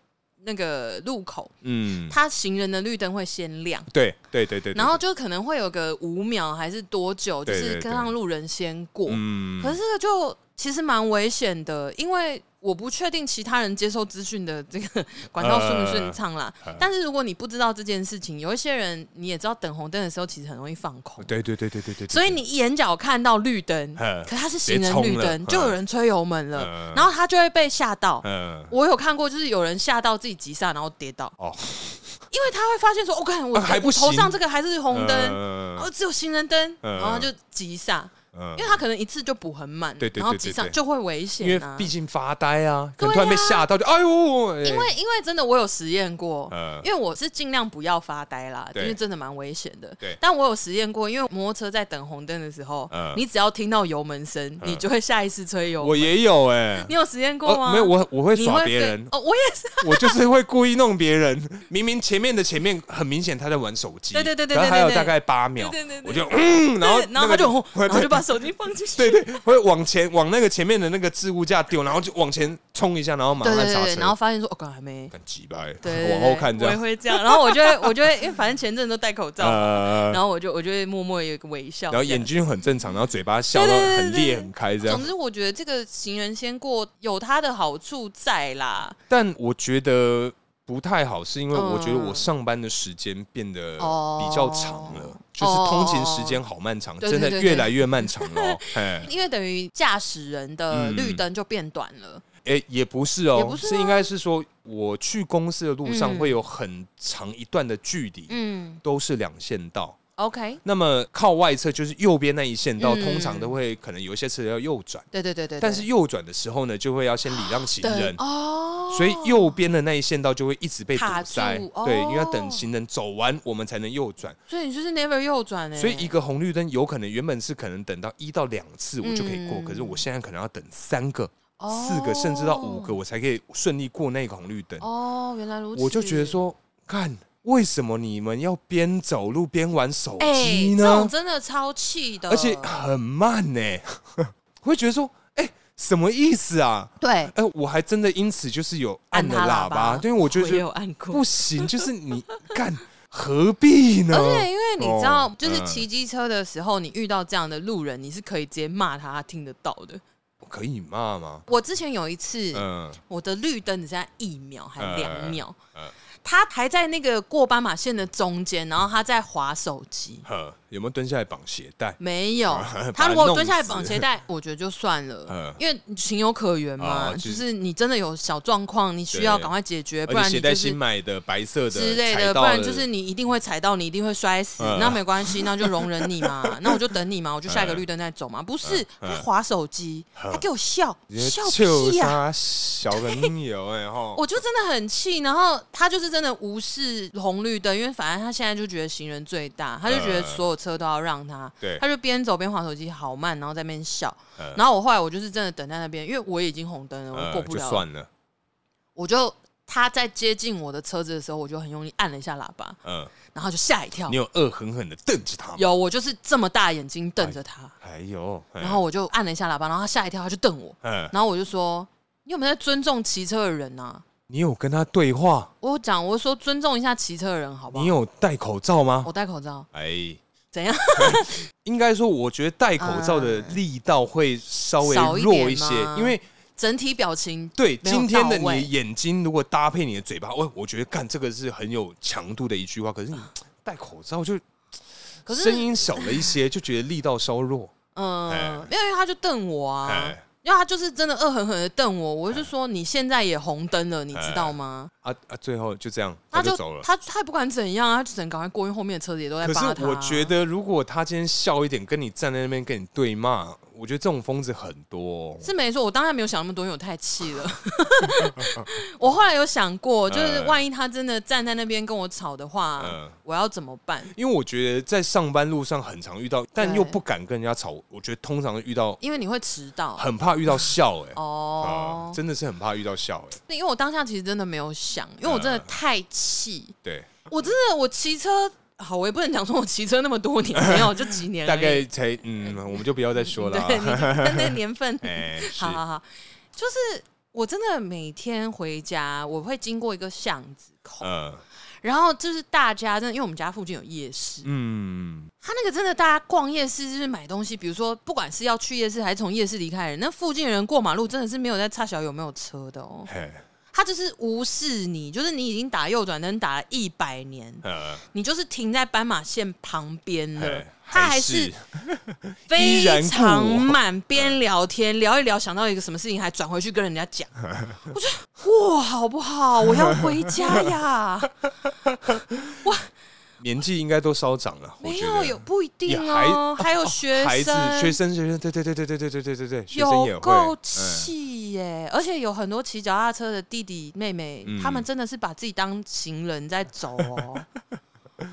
S2: 那个路口，
S1: 嗯，
S2: 它行人的绿灯会先亮，
S1: 对对对对，对
S2: 然后，就可能会有个五秒还是多久，就
S1: 对对
S2: 是
S1: 对
S2: 跟上路人先过。
S1: 嗯
S2: 可是这个就其实蛮危险的，因为我不确定其他人接收资讯的这个管道顺不顺畅啦。
S1: 呃
S2: 但是如果你不知道这件事情，有一些人你也知道，等红灯的时候其实很容易放空，
S1: 对对对对对对，
S2: 所以你眼角看到绿灯，
S1: 嗯
S2: 可它是行人
S1: 直
S2: 绿
S1: 接冲了呃
S2: 灯，就有人吹油门了
S1: 嗯，
S2: 然后他就会被吓到。
S1: 嗯，
S2: 我有看过，就是有人吓到自己急刹，然后跌倒，
S1: 哦，
S2: 因为他会发现说，我看我
S1: 啊还不
S2: 我头
S1: 行
S2: 上这个还是红灯，
S1: 嗯
S2: 哦，只有行人灯，
S1: 嗯
S2: 然后就急刹，
S1: 嗯
S2: 因为他可能一次就补很满，
S1: 对对
S2: 然后
S1: 对
S2: 急
S1: 对
S2: 刹
S1: 对
S2: 就会危
S1: 因为
S2: 险啊。
S1: 毕竟发呆啊，可能
S2: 对啊
S1: 突然被吓到就，哎呦，哎
S2: 因为因为真的我有实验过，
S1: 呃
S2: 因为我是尽量不要发呆啦，因
S1: 对
S2: 为真的蛮危险的。
S1: 对
S2: 但我有实验过，因为摩托车在等红灯的时候
S1: 嗯，
S2: 你只要听到油门声，你就会下意识吹油
S1: 我
S2: 门。
S1: 也有哎、
S2: 你有实验过
S1: 哦，
S2: 吗？
S1: 没有，我我会
S2: 你
S1: 耍
S2: 会
S1: 别
S2: 被
S1: 人，
S2: 哦，我也是，
S1: 我就是会故意弄别人。明明前面的前面很明显他在玩手机，
S2: 对对对对
S1: 然后还
S2: 对
S1: 有
S2: 对
S1: 大概八秒，
S2: 对对对
S1: 我就嗯，然后
S2: 对
S1: 那
S2: 然后他
S1: 个
S2: 就，然后
S1: 对
S2: 就把手机放进去。
S1: 对对，会往前往那个前面的那个置物架丢，然后就往前冲一下，然后马
S2: 对
S1: 上
S2: 对
S1: 刹
S2: 对对，
S1: 车，
S2: 然后发现说，哦，刚还没。
S1: 很急吧，
S2: 对对，对
S1: 往后看这
S2: 我也
S1: 样，
S2: 会这样。然后我就会，我就会，因为反正前阵子都戴口罩，
S1: 呃，
S2: 然后我就我就会默默有一个微笑
S1: 然
S2: 这
S1: 后
S2: 样，
S1: 眼睛很正常，然后嘴巴笑到
S2: 对对对
S1: 很裂
S2: 对
S1: 很开这样
S2: 总。之，我觉得这个行人先过有它的好处在啦。
S1: 但我觉得不太好，是因为
S2: 嗯
S1: 我觉得我上班的时间变得
S2: 哦
S1: 比较长了，就是通勤时间好漫长，
S2: 对
S1: 真的
S2: 对对对
S1: 越来越漫长了哦。哎，
S2: 因为等于驾驶人
S1: 嗯
S2: 的绿灯就变短了，
S1: 诶，也不是
S2: 也
S1: 哦，
S2: 不是吗
S1: 应该是说我去公司的路上
S2: 嗯
S1: 会有很长一段的距离，
S2: 嗯
S1: 都是两线道。
S2: o k
S1: 那么靠外侧就是右边那一线道，
S2: 嗯
S1: 通常都会可能有一些车要右转，
S2: 对对对对对
S1: 但是右转的时候呢，就会要先礼让行
S2: 等
S1: 人。
S2: 哦，
S1: 所以右边的那一线道就会一直被堵
S2: 卡
S1: 塞
S2: 住，哦
S1: 对，因为要等行人走完，我们才能右转。
S2: 所以你就是 never 右转哎、
S1: 所以一个红绿灯有可能原本是可能等到一到两次我就可以过，
S2: 嗯
S1: 可是我现在可能要等三个、
S2: 哦
S1: 四个，甚至到五个，我才可以顺利过那个红绿灯。
S2: 哦，原来如此，
S1: 我就觉得。说，看为什么你们要边走路边玩手
S2: 哎、
S1: 机
S2: 这
S1: 呢
S2: 种？真的超气的，
S1: 而且很慢呢、 我会觉得说，哎、什么意思啊？
S2: 对，
S1: 哎、我还真的因此就是有按了
S2: 他
S1: 喇叭，因为我就
S2: 我
S1: 觉得
S2: 也有按过
S1: 不，行，就是你干何必呢？
S2: 而且因为你知道，
S1: 哦
S2: 就是
S1: 嗯
S2: 骑机车的时候，你遇到这样的路人，你是可以直接骂他，他听得到的。
S1: 可以骂吗？
S2: 我之前有一次，
S1: 嗯
S2: 我的绿灯只剩下一秒还两秒，
S1: 嗯嗯
S2: 他还在那个过斑马线的中间，然后他在划手机。
S1: 呵，有没有蹲下来绑鞋带？，
S2: 没有 他
S1: 把他弄
S2: 如果
S1: 死
S2: 蹲下来绑鞋带，我觉得就算了
S1: 嗯，
S2: 因为情有可原嘛，
S1: 哦就
S2: 就是是你真的有小状况，你需要赶快解决，
S1: 而
S2: 不
S1: 且
S2: 然你
S1: 鞋带
S2: 就
S1: 新
S2: 是
S1: 买的白色的
S2: 之类
S1: 踩
S2: 的，不
S1: 到
S2: 然
S1: 了
S2: 就是你一定会踩到，你一定会摔死
S1: 嗯，
S2: 那没关系，那就容忍 你嘛，那我就等你嘛，我就下一个绿灯再走嘛，不是
S1: 嗯
S2: 他划手机，
S1: 嗯
S2: 他给我笑
S1: 你在啊
S2: 笑
S1: 臭
S2: 屁啊
S1: 杀
S2: 呀。
S1: 小朋友哎吼，
S2: 我就真的很气，然后他就是真的无视红绿灯，因为反正他现在就觉得行人最大，他就觉得所有车都要让他，
S1: 呃对
S2: 他就边走边划手机，好慢，然后在那边笑。
S1: 嗯
S2: 然后我后来我就是真的等在那边，因为我也已经红灯了，我过不
S1: 呃就
S2: 了了
S1: 算了，
S2: 我就他在接近我的车子的时候，我就很用力按了一下喇叭，
S1: 嗯，
S2: 然后就吓一跳
S1: 你。有恶狠狠的瞪着他吗？
S2: 有，我就是这么大眼睛瞪着他，
S1: 还有，哎
S2: 然后我就按了一下喇叭，然后他吓一跳，他就瞪我，
S1: 嗯，
S2: 然后我就说：“你有没有在尊重骑车的人啊？”
S1: 你有跟他对话？
S2: 我有讲，我说尊重一下骑车的人，好不好
S1: 你？有戴口罩吗？
S2: 我戴口罩，
S1: 哎，
S2: 怎样？
S1: 应该说，我觉得戴口罩的力道会稍微
S2: 哎少一
S1: 弱
S2: 点
S1: 一些，
S2: 吗
S1: 因为
S2: 整体表情
S1: 对
S2: 没有
S1: 今天的
S2: 到
S1: 你的
S2: 位
S1: 眼睛，如果搭配你的嘴巴，哦我我觉得干这个是很有强度的一句话。可是你戴口罩就
S2: 啊可是
S1: 声音小了一些，就觉得力道稍弱。
S2: 嗯、
S1: 哎
S2: 没有，因为他就瞪我啊
S1: 哎，
S2: 因为他就是真的恶狠狠的瞪我，我就说你现在也红灯了，你知道吗？
S1: 啊啊！最后就这样，
S2: 他
S1: 他
S2: 就
S1: 就走了。
S2: 他他也不管怎样啊，他就只能赶快过，因为后面的车子也都在
S1: 可
S2: 扒他。啊
S1: 是我觉得，如果他今天笑一点，跟你站在那边跟你对骂，我觉得这种疯子很多哦、
S2: 是没错，我当然没有想那么多，因为我太 气了。我后来有想过，就是
S1: 哎
S2: 万一他真的站在那边跟我吵的话，
S1: 嗯
S2: 我要怎么办？
S1: 因为我觉得在上班路上很常遇到，但
S2: 对
S1: 又不敢跟人家吵。我觉得通常遇到
S2: 因为你会迟到
S1: 很怕遇到笑、哎、
S2: 哦
S1: 啊，真的是很怕遇到笑、哎，
S2: 因为我当下其实真的没有想，因为我真的
S1: 嗯
S2: 太气，
S1: 对，
S2: 我真的我骑车，好，我也不能讲说我骑车那么多年，没有就几年 而
S1: 大
S2: 已，
S1: 概才嗯，我们就不要再说了、啊，
S2: 对，。你就看那年份
S1: 哎、是
S2: 好好好，就是我真的每天回家，我会经过一个巷子口，
S1: 嗯
S2: 然后就是大家真的，因为我们家附近有夜市，
S1: 嗯，
S2: 他那个真的大家逛夜市就是买东西，比如说不管是要去夜市还是从夜市离开的人，那附近的人过马路真的是没有在差小有没有车的哦，
S1: 嘿，
S2: 他就是无视你，就是你已经打右转灯打了一百年，
S1: 呃，
S2: 你就是停在斑马线旁边了
S1: 嘿，
S2: 他还
S1: 是
S2: 是
S1: 依然故
S2: 非常
S1: 我
S2: 慢，边聊天聊一聊，想到一个什么事情，还转回去跟人 家讲。我觉得哇，好不好？我要回家呀！
S1: 年纪应该都稍长了， 我
S2: 没
S1: 觉
S2: 有，
S1: 得
S2: 有不一定
S1: 也还
S2: 哦，还有学
S1: 孩子、
S2: 生，
S1: 学生、学生，对对对对对对对对对对，学生也会。
S2: 有够
S1: 嗯
S2: 气耶！而且有很多骑脚踏车的弟弟妹妹，
S1: 嗯
S2: 他们真的是把自己当行人在走哦。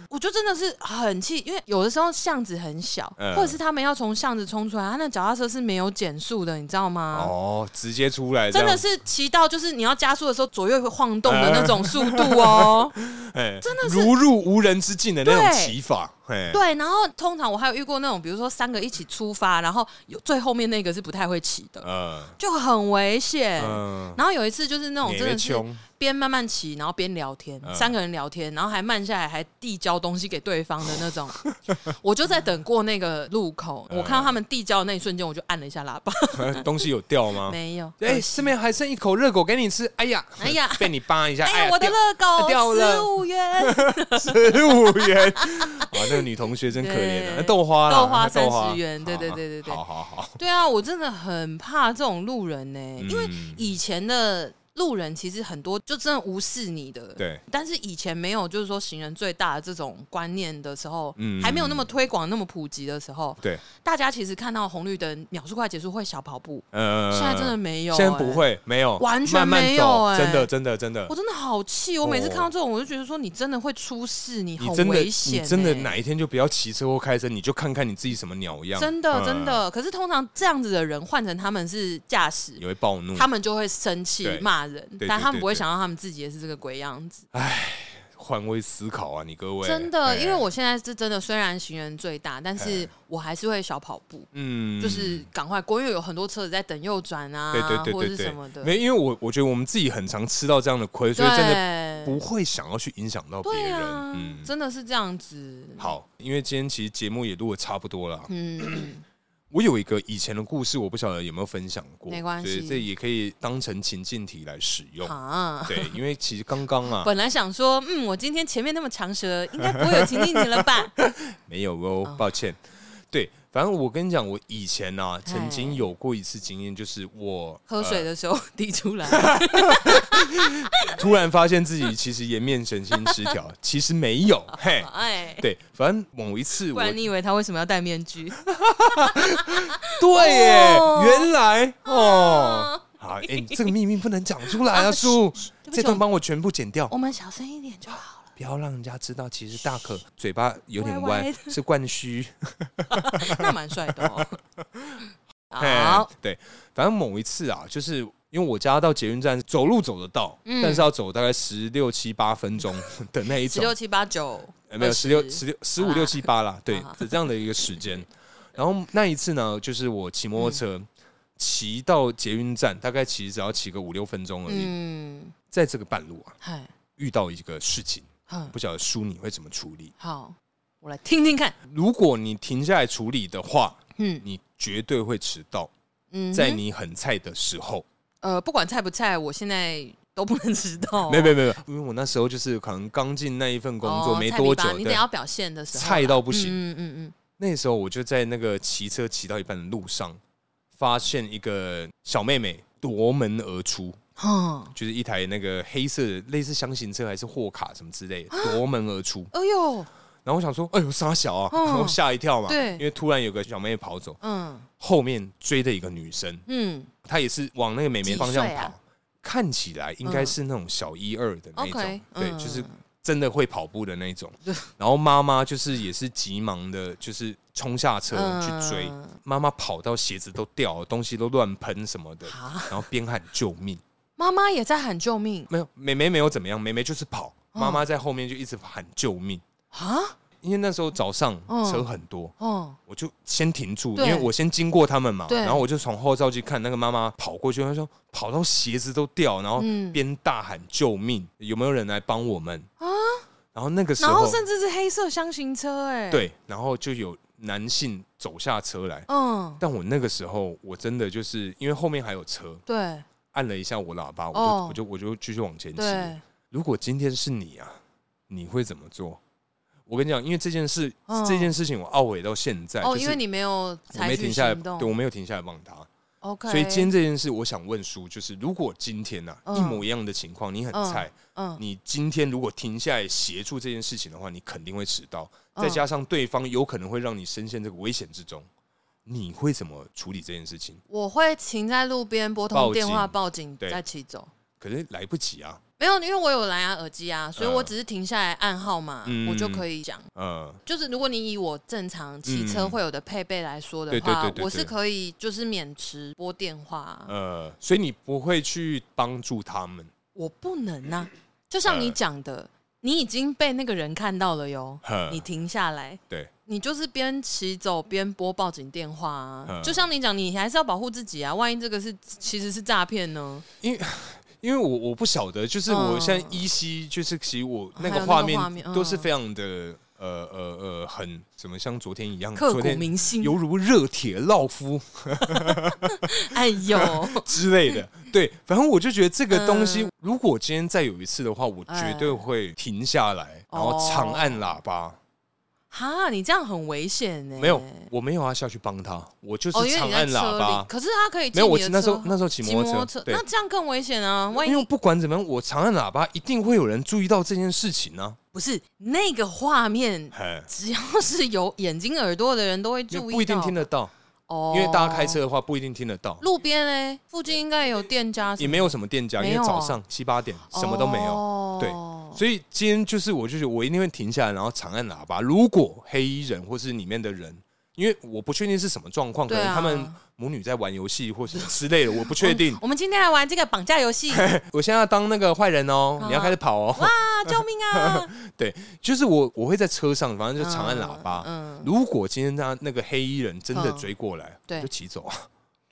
S2: 我就真的是很气，因为有的时候巷子很小，
S1: 嗯
S2: 或者是他们要从巷子冲出来，他那脚踏车是没有减速的，你知道吗？
S1: 哦，直接出来这
S2: 真
S1: 样，嗯
S2: 的是骑到就是你要加速的时候左右会晃动的那种速度哦。
S1: 哎，真的是如入无人之境的那种
S2: 对
S1: 骑法，哎，
S2: 对，然后通常我还有遇过那种，比如说三个一起出发，然后有最后面那个是不太会骑的，
S1: 嗯
S2: 就很危险。
S1: 嗯，
S2: 然后有一次就是那种
S1: 你
S2: 真
S1: 也
S2: 的是
S1: 穷
S2: 边慢慢骑，然后边聊天，
S1: 嗯
S2: 三个人聊天，然后还慢下来，还递交东西给对方的那种。 我就在等过那个路口，我看到他
S1: 嗯
S2: 们递交的那一瞬间，我就按了一下喇叭，
S1: 东西有掉 吗？
S2: 哦没有。
S1: 哎，
S2: 可惜
S1: 这边还剩一口热狗给你吃，哎呀，
S2: 哎呀
S1: 被你扒一下，
S2: 哎
S1: 哎
S2: 呀，我的
S1: 热
S2: 乐狗
S1: 掉了
S2: 十五元，
S1: 十五元，啊，那个女同学真可怜啊，
S2: 对
S1: 豆花啦
S2: 豆花
S1: 豆花
S2: 30元对对
S1: 好
S2: 对对对
S1: 好好好，
S2: 对啊，我真的很怕这种路人呢、因为
S1: 嗯
S2: 以前的路人其实很多就真的无视你的，
S1: 对。
S2: 但是以前没有，就是说行人最大的这种观念的时候，
S1: 嗯
S2: 还没有那么推广、那么普及的时候，
S1: 对，
S2: 大家其实看到红绿灯秒数快结束会小跑步，
S1: 呃，
S2: 现在真的没有、欸
S1: 现在不。会，没有，
S2: 完全
S1: 慢慢
S2: 没有
S1: 走
S2: 哎
S1: 真的真的真的
S2: 我，真的好气，我每次看到这种，我就觉得说你真的会出事，你
S1: 哦你
S2: 很
S1: 真的
S2: 危险、欸
S1: 你真的哪？一天就不要骑车或开车，你就看看你自己什么鸟样，
S2: 真的
S1: 嗯
S2: 真，的，可是通常这样子的人换成他们是驾驶，
S1: 你会暴怒，
S2: 他们就会生气
S1: 嗯对
S2: 骂人
S1: 对，
S2: 但他
S1: 对
S2: 们不会
S1: 对
S2: 想到他们自己也是这个鬼样子。
S1: 换位思考啊，你各位，
S2: 真
S1: 哎
S2: 的，因为我现在是真的，虽然行人最大，但是我还是会小跑步，
S1: 嗯
S2: 就是赶快过，因为有很多车子在等右转啊，
S1: 对对
S2: 或
S1: 对
S2: 者
S1: 对
S2: 是
S1: 对
S2: 什么，的。
S1: 没，因为我我觉得我们自己很常吃到这样的亏，所以真的
S2: 对，
S1: 不会想要去影响到别
S2: 对
S1: 人。
S2: 啊，
S1: 嗯，
S2: 真的是这样子。
S1: 好，因为今天其实节目也录的差不多了，啊
S2: 嗯，嗯，
S1: 我有一个以前的故事，我不晓得有没有分享过，
S2: 没关系
S1: 所以这也可以当成情境题来使用。
S2: 啊。
S1: 对，因为其实刚刚啊，
S2: 本来想说，嗯，我今天前面那么长舌， 应该不会有情境题了吧？
S1: 没有哦
S2: 哦，
S1: 抱歉。对，反正我跟你讲，我以前啊，曾经
S2: 哎
S1: 有过一次经验，就是我
S2: 喝水的
S1: 啊
S2: 时候滴出来，
S1: 呃突然发现自己其实颜面神经失 调，其实没有，嘿。
S2: 哎，
S1: 对，反正某一次
S2: 不
S1: 我
S2: 然你以为他为什么要戴面具？
S1: 对耶，
S2: 哦
S1: 原来哦，
S2: 啊
S1: 好，哎、你这个秘密不能讲出来啊，叔，
S2: 对不起哦
S1: 这段帮我全部剪掉，
S2: 我们小声一点就好了。
S1: 不要让人家知道，其实大可嘴巴有点
S2: 歪
S1: 歪，
S2: 歪
S1: 是灌虚。
S2: 那蛮帅的哦。
S1: 嘿
S2: 好，，
S1: 对，反正某一次啊，就是因为我家到捷运站走路走得到，
S2: 嗯
S1: 但是要走大概十六七八分 钟的那一
S2: 十
S1: 种，
S2: 六七八九，
S1: 呃没有十六十六十五
S2: 啊
S1: 六七八啦，对
S2: 啊，
S1: 这样的一个时间。然后那一次呢，就是我骑摩托车
S2: 嗯
S1: 骑到捷运站，大概骑只要骑个五六分钟而已。
S2: 嗯，
S1: 在这个半路啊，
S2: 嗨，
S1: 遇到一个事情，
S2: 哼，
S1: 不晓得叔你会怎么处理？
S2: 好，我来听听看。
S1: 如果你停下来处理的话，
S2: 嗯
S1: 你绝对会迟到，
S2: 嗯哼，
S1: 在你很菜的时候。
S2: 呃，不管菜不菜，我现在都不能迟到哦。
S1: 没有没有没有，因为我那时候就是可能刚进那一份工作
S2: 哦
S1: 没
S2: 菜
S1: 多
S2: 比吧
S1: 久，
S2: 你得
S1: 对，
S2: 要表现的时候啦，
S1: 菜到不行。
S2: 嗯嗯嗯
S1: 那时候我就在那个骑车骑到一半的路上，发现一个小妹妹夺门而出，
S2: 嗯，哼，
S1: 就是一台那个黑色的类似箱型车还是货卡什么之类的，夺门而出。
S2: 哎呦，
S1: 然后我想说，哎呦，傻小啊，
S2: 嗯
S1: 然后吓一跳嘛，
S2: 对
S1: 因为突然有个小妹妹跑走，
S2: 嗯
S1: 后面追的一个女生，
S2: 嗯
S1: 她也是往那个美眉方向
S2: 几岁
S1: 跑，
S2: 啊
S1: 看起来应该是那种小一二的那一种，
S2: ，OK，
S1: 对，
S2: 嗯
S1: 就是真的会跑步的那一种。然后妈妈就是也是急忙的，就是冲下车去追，
S2: 嗯
S1: 妈妈跑到鞋子都掉了，东西都乱喷什 么的，
S2: 啊，
S1: 然后边喊救命。
S2: 妈妈也在喊救命
S1: 没有，妹妹没有怎么样，妹妹就是跑，
S2: 嗯
S1: 妈妈在后面就一直喊救命。
S2: 啊，
S1: 因为那时候早上
S2: 嗯
S1: 车很多，
S2: 哦，
S1: 我就先停住，因
S2: 对
S1: 为我先经过他们嘛，
S2: 对
S1: 然后我就从后照去看那个妈妈跑过去，她说跑到鞋子都掉，然后
S2: 嗯
S1: 边大喊救命，有没有人来帮我们啊？然后那个时
S2: 然后
S1: 候，
S2: 甚至是黑色箱型车，哎，，
S1: 对，然后就有男性走下车来，
S2: 嗯，
S1: 但我那个时候我真的就是因为后面还有车，
S2: 对
S1: 按了一下我喇叭，我就、
S2: 哦
S1: 我就我就继续往前骑。
S2: 对，
S1: 如果今天是你啊，你会怎么做？我跟你讲，因为这件事、
S2: 嗯
S1: 这件事情我懊悔到现在，
S2: 哦，
S1: 啊就是
S2: 因为你没有
S1: 我
S2: 采
S1: 没
S2: 取
S1: 停下来，
S2: 行
S1: 对我
S2: 动
S1: 没有停下来帮他，
S2: ，OK，
S1: 所以今天这件事，我想问叔，就是如果今天呐、啊
S2: 嗯
S1: 一模一样的情况，你很
S2: 嗯
S1: 菜，
S2: 嗯
S1: 你今天如果停下来协助这件事情的话，你肯定会迟到，
S2: 嗯
S1: 再加上对方有可能会让你深陷这个危险之中，你会怎么处理这件事情？
S2: 我会停在路边拨
S1: 报
S2: 通电话
S1: 警
S2: 报警，
S1: 对
S2: 再骑走。
S1: 可是来不及啊，
S2: 没有，因为我有蓝牙耳机啊，所以我只是停下来按号码，
S1: 嗯
S2: 我就可以讲。
S1: 呃，
S2: 就是如果你以我正常骑车
S1: 嗯
S2: 会有的配备来说的
S1: 对对
S2: 话，
S1: 对对对
S2: 我是可以就是免持拨电话啊、
S1: 呃，所以你不会去帮助他们，
S2: 我不能啊。就像你讲的，你已经被那个人看到了哟，
S1: 呵
S2: 你停下来。
S1: 对，
S2: 你就是边骑走边拨报警电话啊，
S1: 嗯
S2: 就像你讲，你还是要保护自己啊，万一这个是其实是诈骗呢？
S1: 因为我我不晓得，就是
S2: 嗯
S1: 我现在依稀就是其实我那
S2: 还有
S1: 个
S2: 那个
S1: 画
S2: 画面
S1: 面
S2: 嗯
S1: 都是非常的呃呃呃很怎么像昨天一样，
S2: 刻
S1: 嗯昨
S2: 骨
S1: 天
S2: 铭心。
S1: 犹如热铁烙夫
S2: 哎呦，
S1: 之类 的。对，反正我就觉得这个东
S2: 嗯
S1: 西，如果今天再有一次的话，我绝对会停下来，
S2: 哦
S1: 然后长按喇叭。
S2: 哈，你这样很危险呢、
S1: 没有，我没有要下去帮他，我就
S2: 哦，
S1: 是
S2: 因为
S1: 长
S2: 你在
S1: 按
S2: 车
S1: 喇
S2: 里
S1: 叭，。
S2: 可是他可以
S1: 没
S2: 进
S1: 有，我
S2: 你的
S1: 那时候
S2: 车
S1: 那时候骑
S2: 骑
S1: 摩
S2: 摩
S1: 托
S2: 托
S1: 车，
S2: 车，
S1: 对
S2: 那，这样更危险啊！万
S1: 因为
S2: 一
S1: 不管怎么样，我长按喇叭一定会有人注意到这件事情呢。
S2: 不是那个 画面，
S1: 嘿，
S2: 只要是有眼睛耳朵的人都会
S1: 因
S2: 注
S1: 为
S2: 意到，
S1: 不一定听得到，
S2: 哦
S1: 因为大家开车。的话不一定听得到，
S2: 路边嘞，附近应该有店家什么，
S1: 也没有什么店家，因
S2: 没
S1: 为
S2: 有哦啊
S1: 早上七八点什么都没有。
S2: 有
S1: 对所以今天就是，我就觉得我一定会停下来，然后长按喇叭。如果黑衣人或是里面的人，因为我不确定是什么状况，可
S2: 对啊
S1: 能他们母女在玩游戏或什么之 类的，我不确定。
S2: 我们今天来玩这个绑架 游戏啊！
S1: 我现在要当那个坏人哦，
S2: 好啊
S1: 你要开始跑哦。
S2: 救命啊！
S1: 就是我我会在车上，反正 就长按喇叭。
S2: 嗯，
S1: 如果今天那那个黑衣人真的追过来，
S2: 对
S1: 我就骑走啊，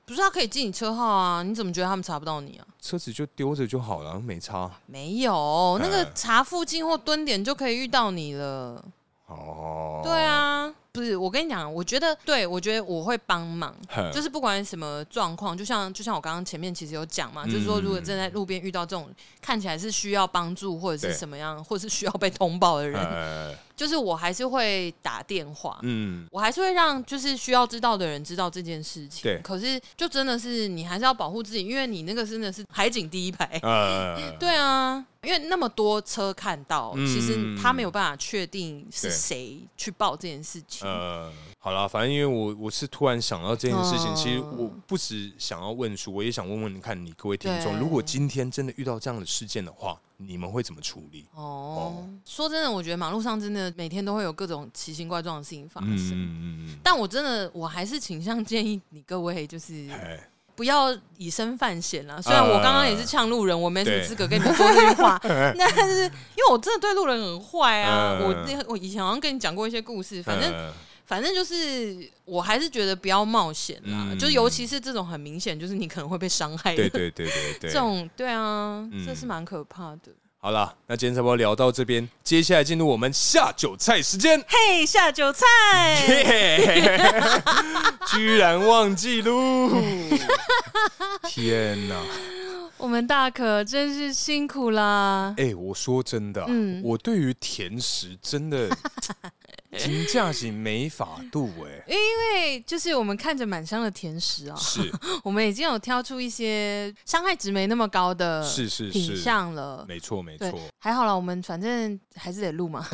S2: 不是他可以记你车号啊？你怎么觉得他们查不到你啊？
S1: 车子就丢着就好了，没差。
S2: 没有，那个
S1: 嗯
S2: 查附近或蹲点就可以遇到你了。
S1: 哦，
S2: 对，啊，不是，我跟你讲，我觉得，对我觉得我会帮忙，
S1: 哼
S2: 就是不管什么状况，就像就像我刚刚前面其实有讲嘛，
S1: 嗯
S2: 就是说如果正在路边遇到这种看起来是需要帮助或者
S1: 对
S2: 是什么样，或者是需要被通报的人，
S1: 呃，
S2: 就是我还是会打电话。
S1: 嗯，
S2: 我还是会让就是需要知道的人知道这件事情，
S1: 对
S2: 可是就真的是你还是要保护自己，因为你那个真的是海景第一排，
S1: 呃，
S2: 对啊，因为那么多车看到，
S1: 嗯
S2: 其实他没有办法确定是
S1: 对
S2: 谁去报这件事情。
S1: 呃，好啦，反正因为我我是突然想到这件事情，
S2: 嗯
S1: 其实我不只想要问叔，我也想问问看你各位听众，
S2: 对
S1: 如果今天真的遇到这样的事件的话，你们会怎么处理？
S2: 哦，说真的，我觉得马路上真的每天都会有各种奇形怪状的事情发
S1: 嗯
S2: 生。
S1: 嗯嗯
S2: 但我真的，我还是倾向建议你各位，就是
S1: 嗯，哎，
S2: 不要以身犯险啊
S1: 啊
S2: 啦。虽然我刚刚也是呛路人，我没什么
S1: 对
S2: 资格跟你们说这句话， 但是因为我真的对路人很坏啊。
S1: 嗯
S2: 我那我以前好像跟你讲过一些故事，反正
S1: 呃
S2: 反正就是，我还是觉得不要冒险啦，
S1: 嗯
S2: 就尤其是这种很明显，就是你可能会被伤害的
S1: 对对对对对，
S2: 这种，对啊，
S1: 嗯
S2: 这是蛮可怕的。
S1: 好啦，那今天差不多聊到这边，接下来进入我们下酒菜时间。
S2: 嘿，下酒菜，
S1: 耶居然忘记 录！天哪！
S2: 我们大可真是辛苦啦。
S1: 哎、我说真的啊、
S2: 嗯
S1: 我对于甜食真 的评价是没法度 哎、
S2: 因为就是我们看着满箱的甜食啊，
S1: 是
S2: 我们已经有挑出一些伤害值没那么高的
S1: 是是
S2: 嗯品
S1: 是，
S2: 相了。
S1: 没错没
S2: 对
S1: 错。，
S2: 还好啦，我们反正还是得录嘛。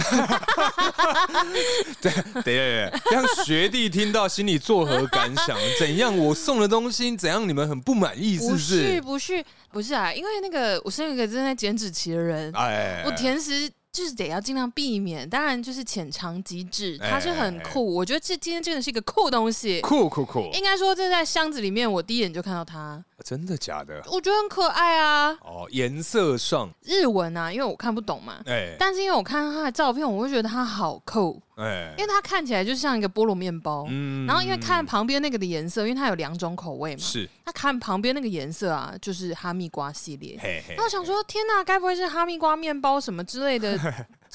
S1: 对对对，让学弟听到心里作何感想？怎样我送的东西怎样你们很不满意 是
S2: 不
S1: 不
S2: 是
S1: 是？
S2: 不是不是啊，因为那个我是一个正在减脂期的人，
S1: 哎
S2: 我甜食就是得要尽量避免，当然就是浅尝即止，它是很
S1: 哎哎哎
S2: 酷。我觉得这今天真的是一个酷东西。
S1: 酷酷酷！
S2: 应该说，这在箱子里面，我第一眼就看到它，
S1: 真的假的？
S2: 我觉得很可爱啊。
S1: 哦，颜色上，
S2: 日文啊，因为我看不懂嘛，
S1: 哎
S2: 但是因为我看它的照片，我会觉得它好酷，
S1: 哎
S2: 因为它看起来就像一个菠萝面包。
S1: 嗯
S2: 然后因为看旁边那个的颜色，因为它有两种口味嘛，
S1: 是
S2: 它看旁边那个颜色啊，就是哈密瓜系列。
S1: 嘿嘿
S2: 那我想说，天哪，该不会是哈密瓜面包什么之 类的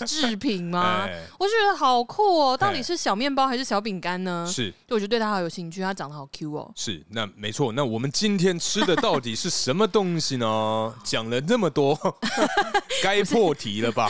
S2: 制品吗？
S1: 哎
S2: 我就觉得好酷哦！到
S1: 哎
S2: 底是小面包还是小饼干呢？
S1: 是
S2: 对，我就对它好有兴趣，它长得好 Q 哦。
S1: 是，那没错。那我们今天吃的到底是什么东西呢？ 讲了那么多，该破题了吧？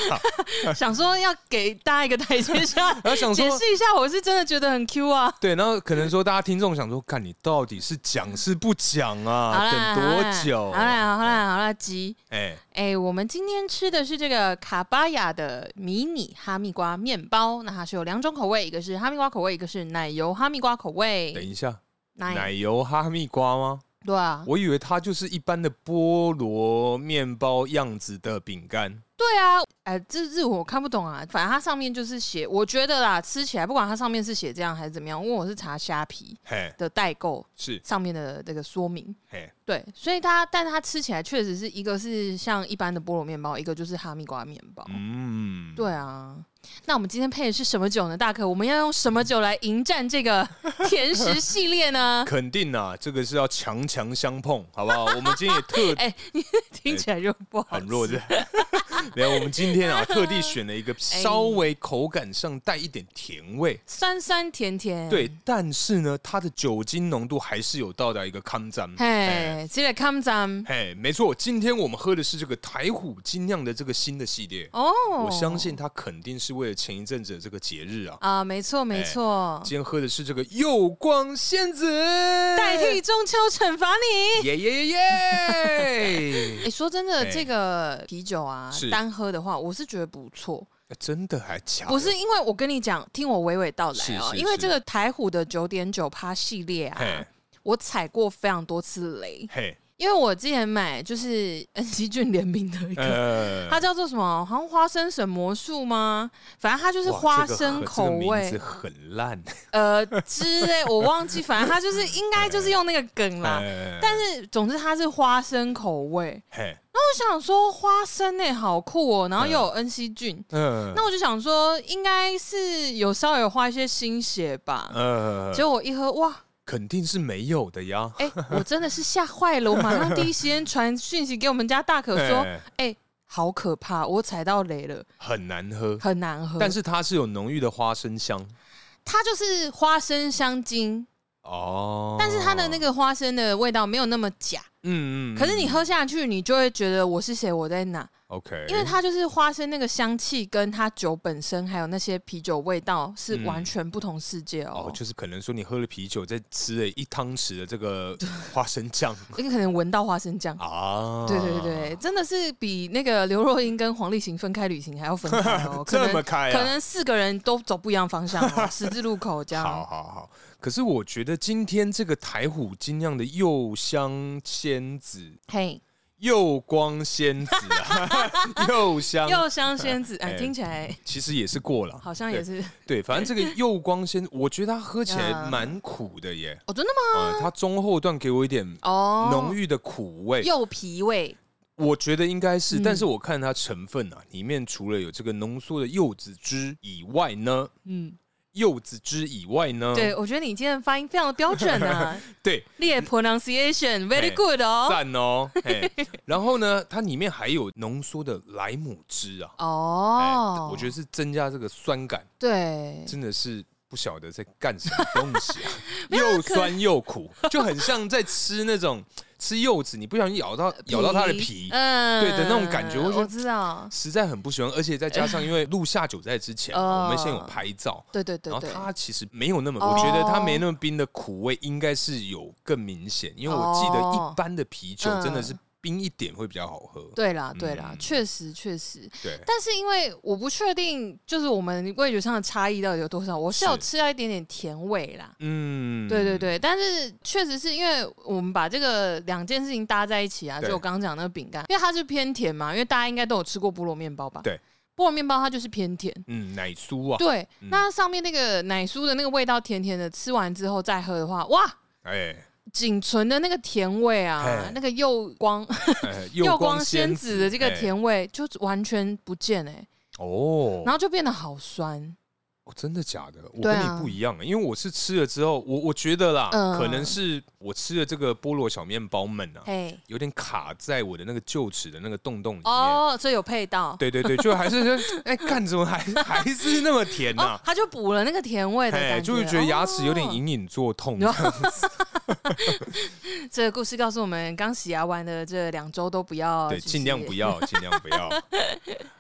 S2: 想说要给大家一个台阶下，
S1: 然后 想
S2: 解
S1: 说，
S2: 释一下，我是真的觉得很 Q 啊。
S1: 对，然后可能说大家听众想说，看你到底是讲是不讲
S2: 好
S1: 啊？
S2: 啦，
S1: 等
S2: 好
S1: 多
S2: 啦
S1: 久？
S2: 好啦，好啦，好啦，急。
S1: 哎，
S2: 哎，我们今天吃的是这个卡巴雅的迷你哈密瓜面包，那它是有两种口味，一个是哈密瓜口味，一个是奶油哈密瓜口
S1: 等
S2: 味。
S1: 一下，
S2: 奶
S1: 奶油哈密瓜吗？
S2: 对啊，
S1: 我以为它就是一般的菠萝面包样子的饼干。
S2: 对啊，哎，这日文我看不懂啊，反正它上面就是写，我觉得啦，吃起来不管它上面是写这样还是怎么样，因为我是查虾皮
S1: 嘿，
S2: 的代购
S1: 是
S2: 上面的这个说明，
S1: 嘿，
S2: 对，所以它，但它吃起来确实是一个是像一般的菠萝面包，一个就是哈密瓜面包，
S1: 嗯，
S2: 对啊。那我们今天配的是什么酒呢，大可？我们要用什么酒来迎战这 个甜食系列呢？
S1: 肯定啊，这个是要强强相碰，好不好？我们今天也特
S2: 哎、你听起来就不好吃，哎
S1: 很弱的。 然后我们今天啊，特地选 了一个稍微口感上带一点甜味，
S2: 酸酸甜甜，
S1: 对，但是呢，它的酒精浓度还是有到达一个康赞。哎
S2: 嘿，这个 come
S1: 嘿，没错，今天我们喝的是这个台虎精酿的这个新的系列，
S2: 哦，
S1: 我相信它肯定是为了前一阵子的这个节日啊。
S2: 啊，没错没错，
S1: 今天喝的是这个柚光仙子，
S2: 代替中秋惩罚你。
S1: 耶耶耶耶！
S2: 哎、说真的，
S1: 哎
S2: 这个啤酒啊
S1: 是，
S2: 单喝的话，我是觉得不错。
S1: 哎真的还假的？
S2: 不是因为我跟你讲，听我娓娓道来
S1: 是
S2: 哦、
S1: 是
S2: 因为
S1: 是
S2: 这个台虎的九点九趴系列啊
S1: 嘿，
S2: 我踩过非常多次雷，
S1: 嘿，
S2: 因为我之前买就是 恩熙俊联名的一个。
S1: 呃
S2: 它叫做什么？好像花生什么术吗？反正它就是
S1: 哇
S2: 花
S1: 这个
S2: 生
S1: 很
S2: 口
S1: 这个
S2: 味
S1: 名，字很烂。
S2: 呃之类，我忘记。反正 它就是应该
S1: 嗯
S2: 就是用那个梗啦。
S1: 哎
S2: 啊但是总之它是花生口味，
S1: 嘿，
S2: 我想说花生诶、好酷哦、然后又有恩熙俊，
S1: 嗯，
S2: 那我就想说应该是有稍微有花一些心血吧。
S1: 呃，
S2: 结果我一喝，哇，
S1: 肯定是没有的呀。
S2: 哎、我真的是吓坏了，我马上第一时间传讯息给我们家大可 说，
S1: 哎
S2: 哎、好可怕，我踩到雷了，
S1: 很难喝，
S2: 很难喝。
S1: 但
S2: 是
S1: 是它是有浓郁的花生香。
S2: 它就是花生香精，
S1: 哦，
S2: 但是它的那个花生的味道没有那么假。
S1: 嗯，嗯嗯，
S2: 可是你喝下去，你就会觉得我是谁，我在哪，
S1: OK，
S2: 因为它就是花生那个香气，跟它酒本身还有那些啤酒味道是
S1: 嗯
S2: 完全不同世界哦
S1: 哦，。就是可能说你喝了啤酒，再吃了一汤匙的这个花生 酱
S2: 你可能闻到花生酱。
S1: 啊，
S2: 对对对，真的是比那个刘若英跟黄立行分开旅行还要分 开哦，可
S1: 这
S2: 能
S1: 么开
S2: 可
S1: 啊。
S2: 能四个人都走不一样方向、 哦，十字路口这
S1: 好
S2: 样。
S1: 好好，可是我觉得今天这个台虎精酿的柚香仙子、
S2: 嘿，
S1: 柚光仙子啊， 柚香
S2: 柚香仙子，哎，
S1: 哎
S2: 听起来
S1: 其实也是过了，
S2: 好像也是
S1: 对，反正这 个柚光仙，我觉得它喝起来
S2: 呀
S1: 蛮苦的耶，
S2: 哦，真的吗？
S1: 啊，它中后段给我一点
S2: 哦，
S1: 浓郁的苦味，
S2: 柚皮味，
S1: 我觉得应该是，
S2: 嗯
S1: 但是我看它成分啊，里面除了有这个浓缩的柚子汁以外呢，
S2: 嗯，
S1: 柚子汁以外呢，
S2: 对，我觉得你今天的发音非常的标准 啊，
S1: 对，
S2: 你的 pronunciation very good 哦。
S1: 赞哦。 嘿然后呢，它里面还有浓缩的莱姆汁啊，
S2: 哦
S1: 哎，我觉得是增加这个酸感，
S2: 对，
S1: 真的是。不晓得在干什么东西 啊，又酸又苦，就很像在吃那种 吃柚子，你不小心咬
S2: 呃
S1: 到咬到它的皮，
S2: 嗯
S1: 对的那种感觉我觉得
S2: 我知道，
S1: 实在很不喜欢。而且再加上因为录下酒在之前嘛，
S2: 哦
S1: 我们先有拍照，
S2: 对对对
S1: 然后
S2: 对，
S1: 它其实没有那么，
S2: 哦
S1: 我觉得它没那么冰的苦味应该是有更明显，因为我记得
S2: 哦
S1: 一般的啤酒
S2: 嗯
S1: 真的是冰一点会比较好喝。
S2: 对啦对啦
S1: 嗯，
S2: 确实确实，
S1: 对，
S2: 但是因为我不确定，就是我们味觉上的差异到底有多少，我是有
S1: 是
S2: 吃到一点点甜味啦。
S1: 嗯，
S2: 对对，对，但是确实是因为我们把这个两件事情搭在一起啊，
S1: 对
S2: 就我刚刚讲那个饼干，因为它是偏甜嘛，因为大家应该都有吃过菠萝面包吧？
S1: 对，
S2: 菠萝面包它就是偏甜。
S1: 嗯，奶酥啊，
S2: 对，
S1: 嗯
S2: 那上面那个奶酥的那个味道甜甜的，吃完之后再喝的话，哇，
S1: 哎，
S2: 仅存的那个甜味啊
S1: 嘿，
S2: 那个柚 光
S1: 哎
S2: 柚
S1: 光
S2: 光仙子的这个
S1: 哎
S2: 甜味就完全不见哎、
S1: 哦，
S2: 然后就变得好酸。
S1: 哦真的假的？我
S2: 对
S1: 跟
S2: 啊
S1: 你不一样，欸因为我是吃了之后，我我觉得啦，
S2: 嗯
S1: 可能是我吃了这个菠萝小面包们啊，
S2: 嘿，
S1: 有点卡在我的那个臼齿的那个洞洞里面。
S2: 哦，所以有配到。
S1: 对对对，就还是说，哎，干怎么还还是那么甜呐
S2: 哦，？它就补了那个甜味的
S1: 哎，
S2: 感觉，
S1: 就会觉得牙齿有点
S2: 哦
S1: 隐隐作 痛。
S2: 这个故事告诉我们，刚洗牙完的这两周都不要，
S1: 对，
S2: 就是
S1: 尽量不。要，尽量不 要。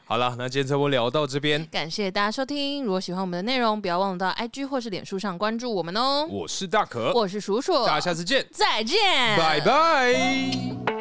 S1: 好了，那今天差不多聊到这边。
S2: 感谢大家收听，如果喜欢我们的内容，不要忘了到 IG 或是脸书上关注我们哦。
S1: 我是大可，
S2: 我是鼠鼠，
S1: 大家下次见，
S2: 再见，
S1: 拜拜。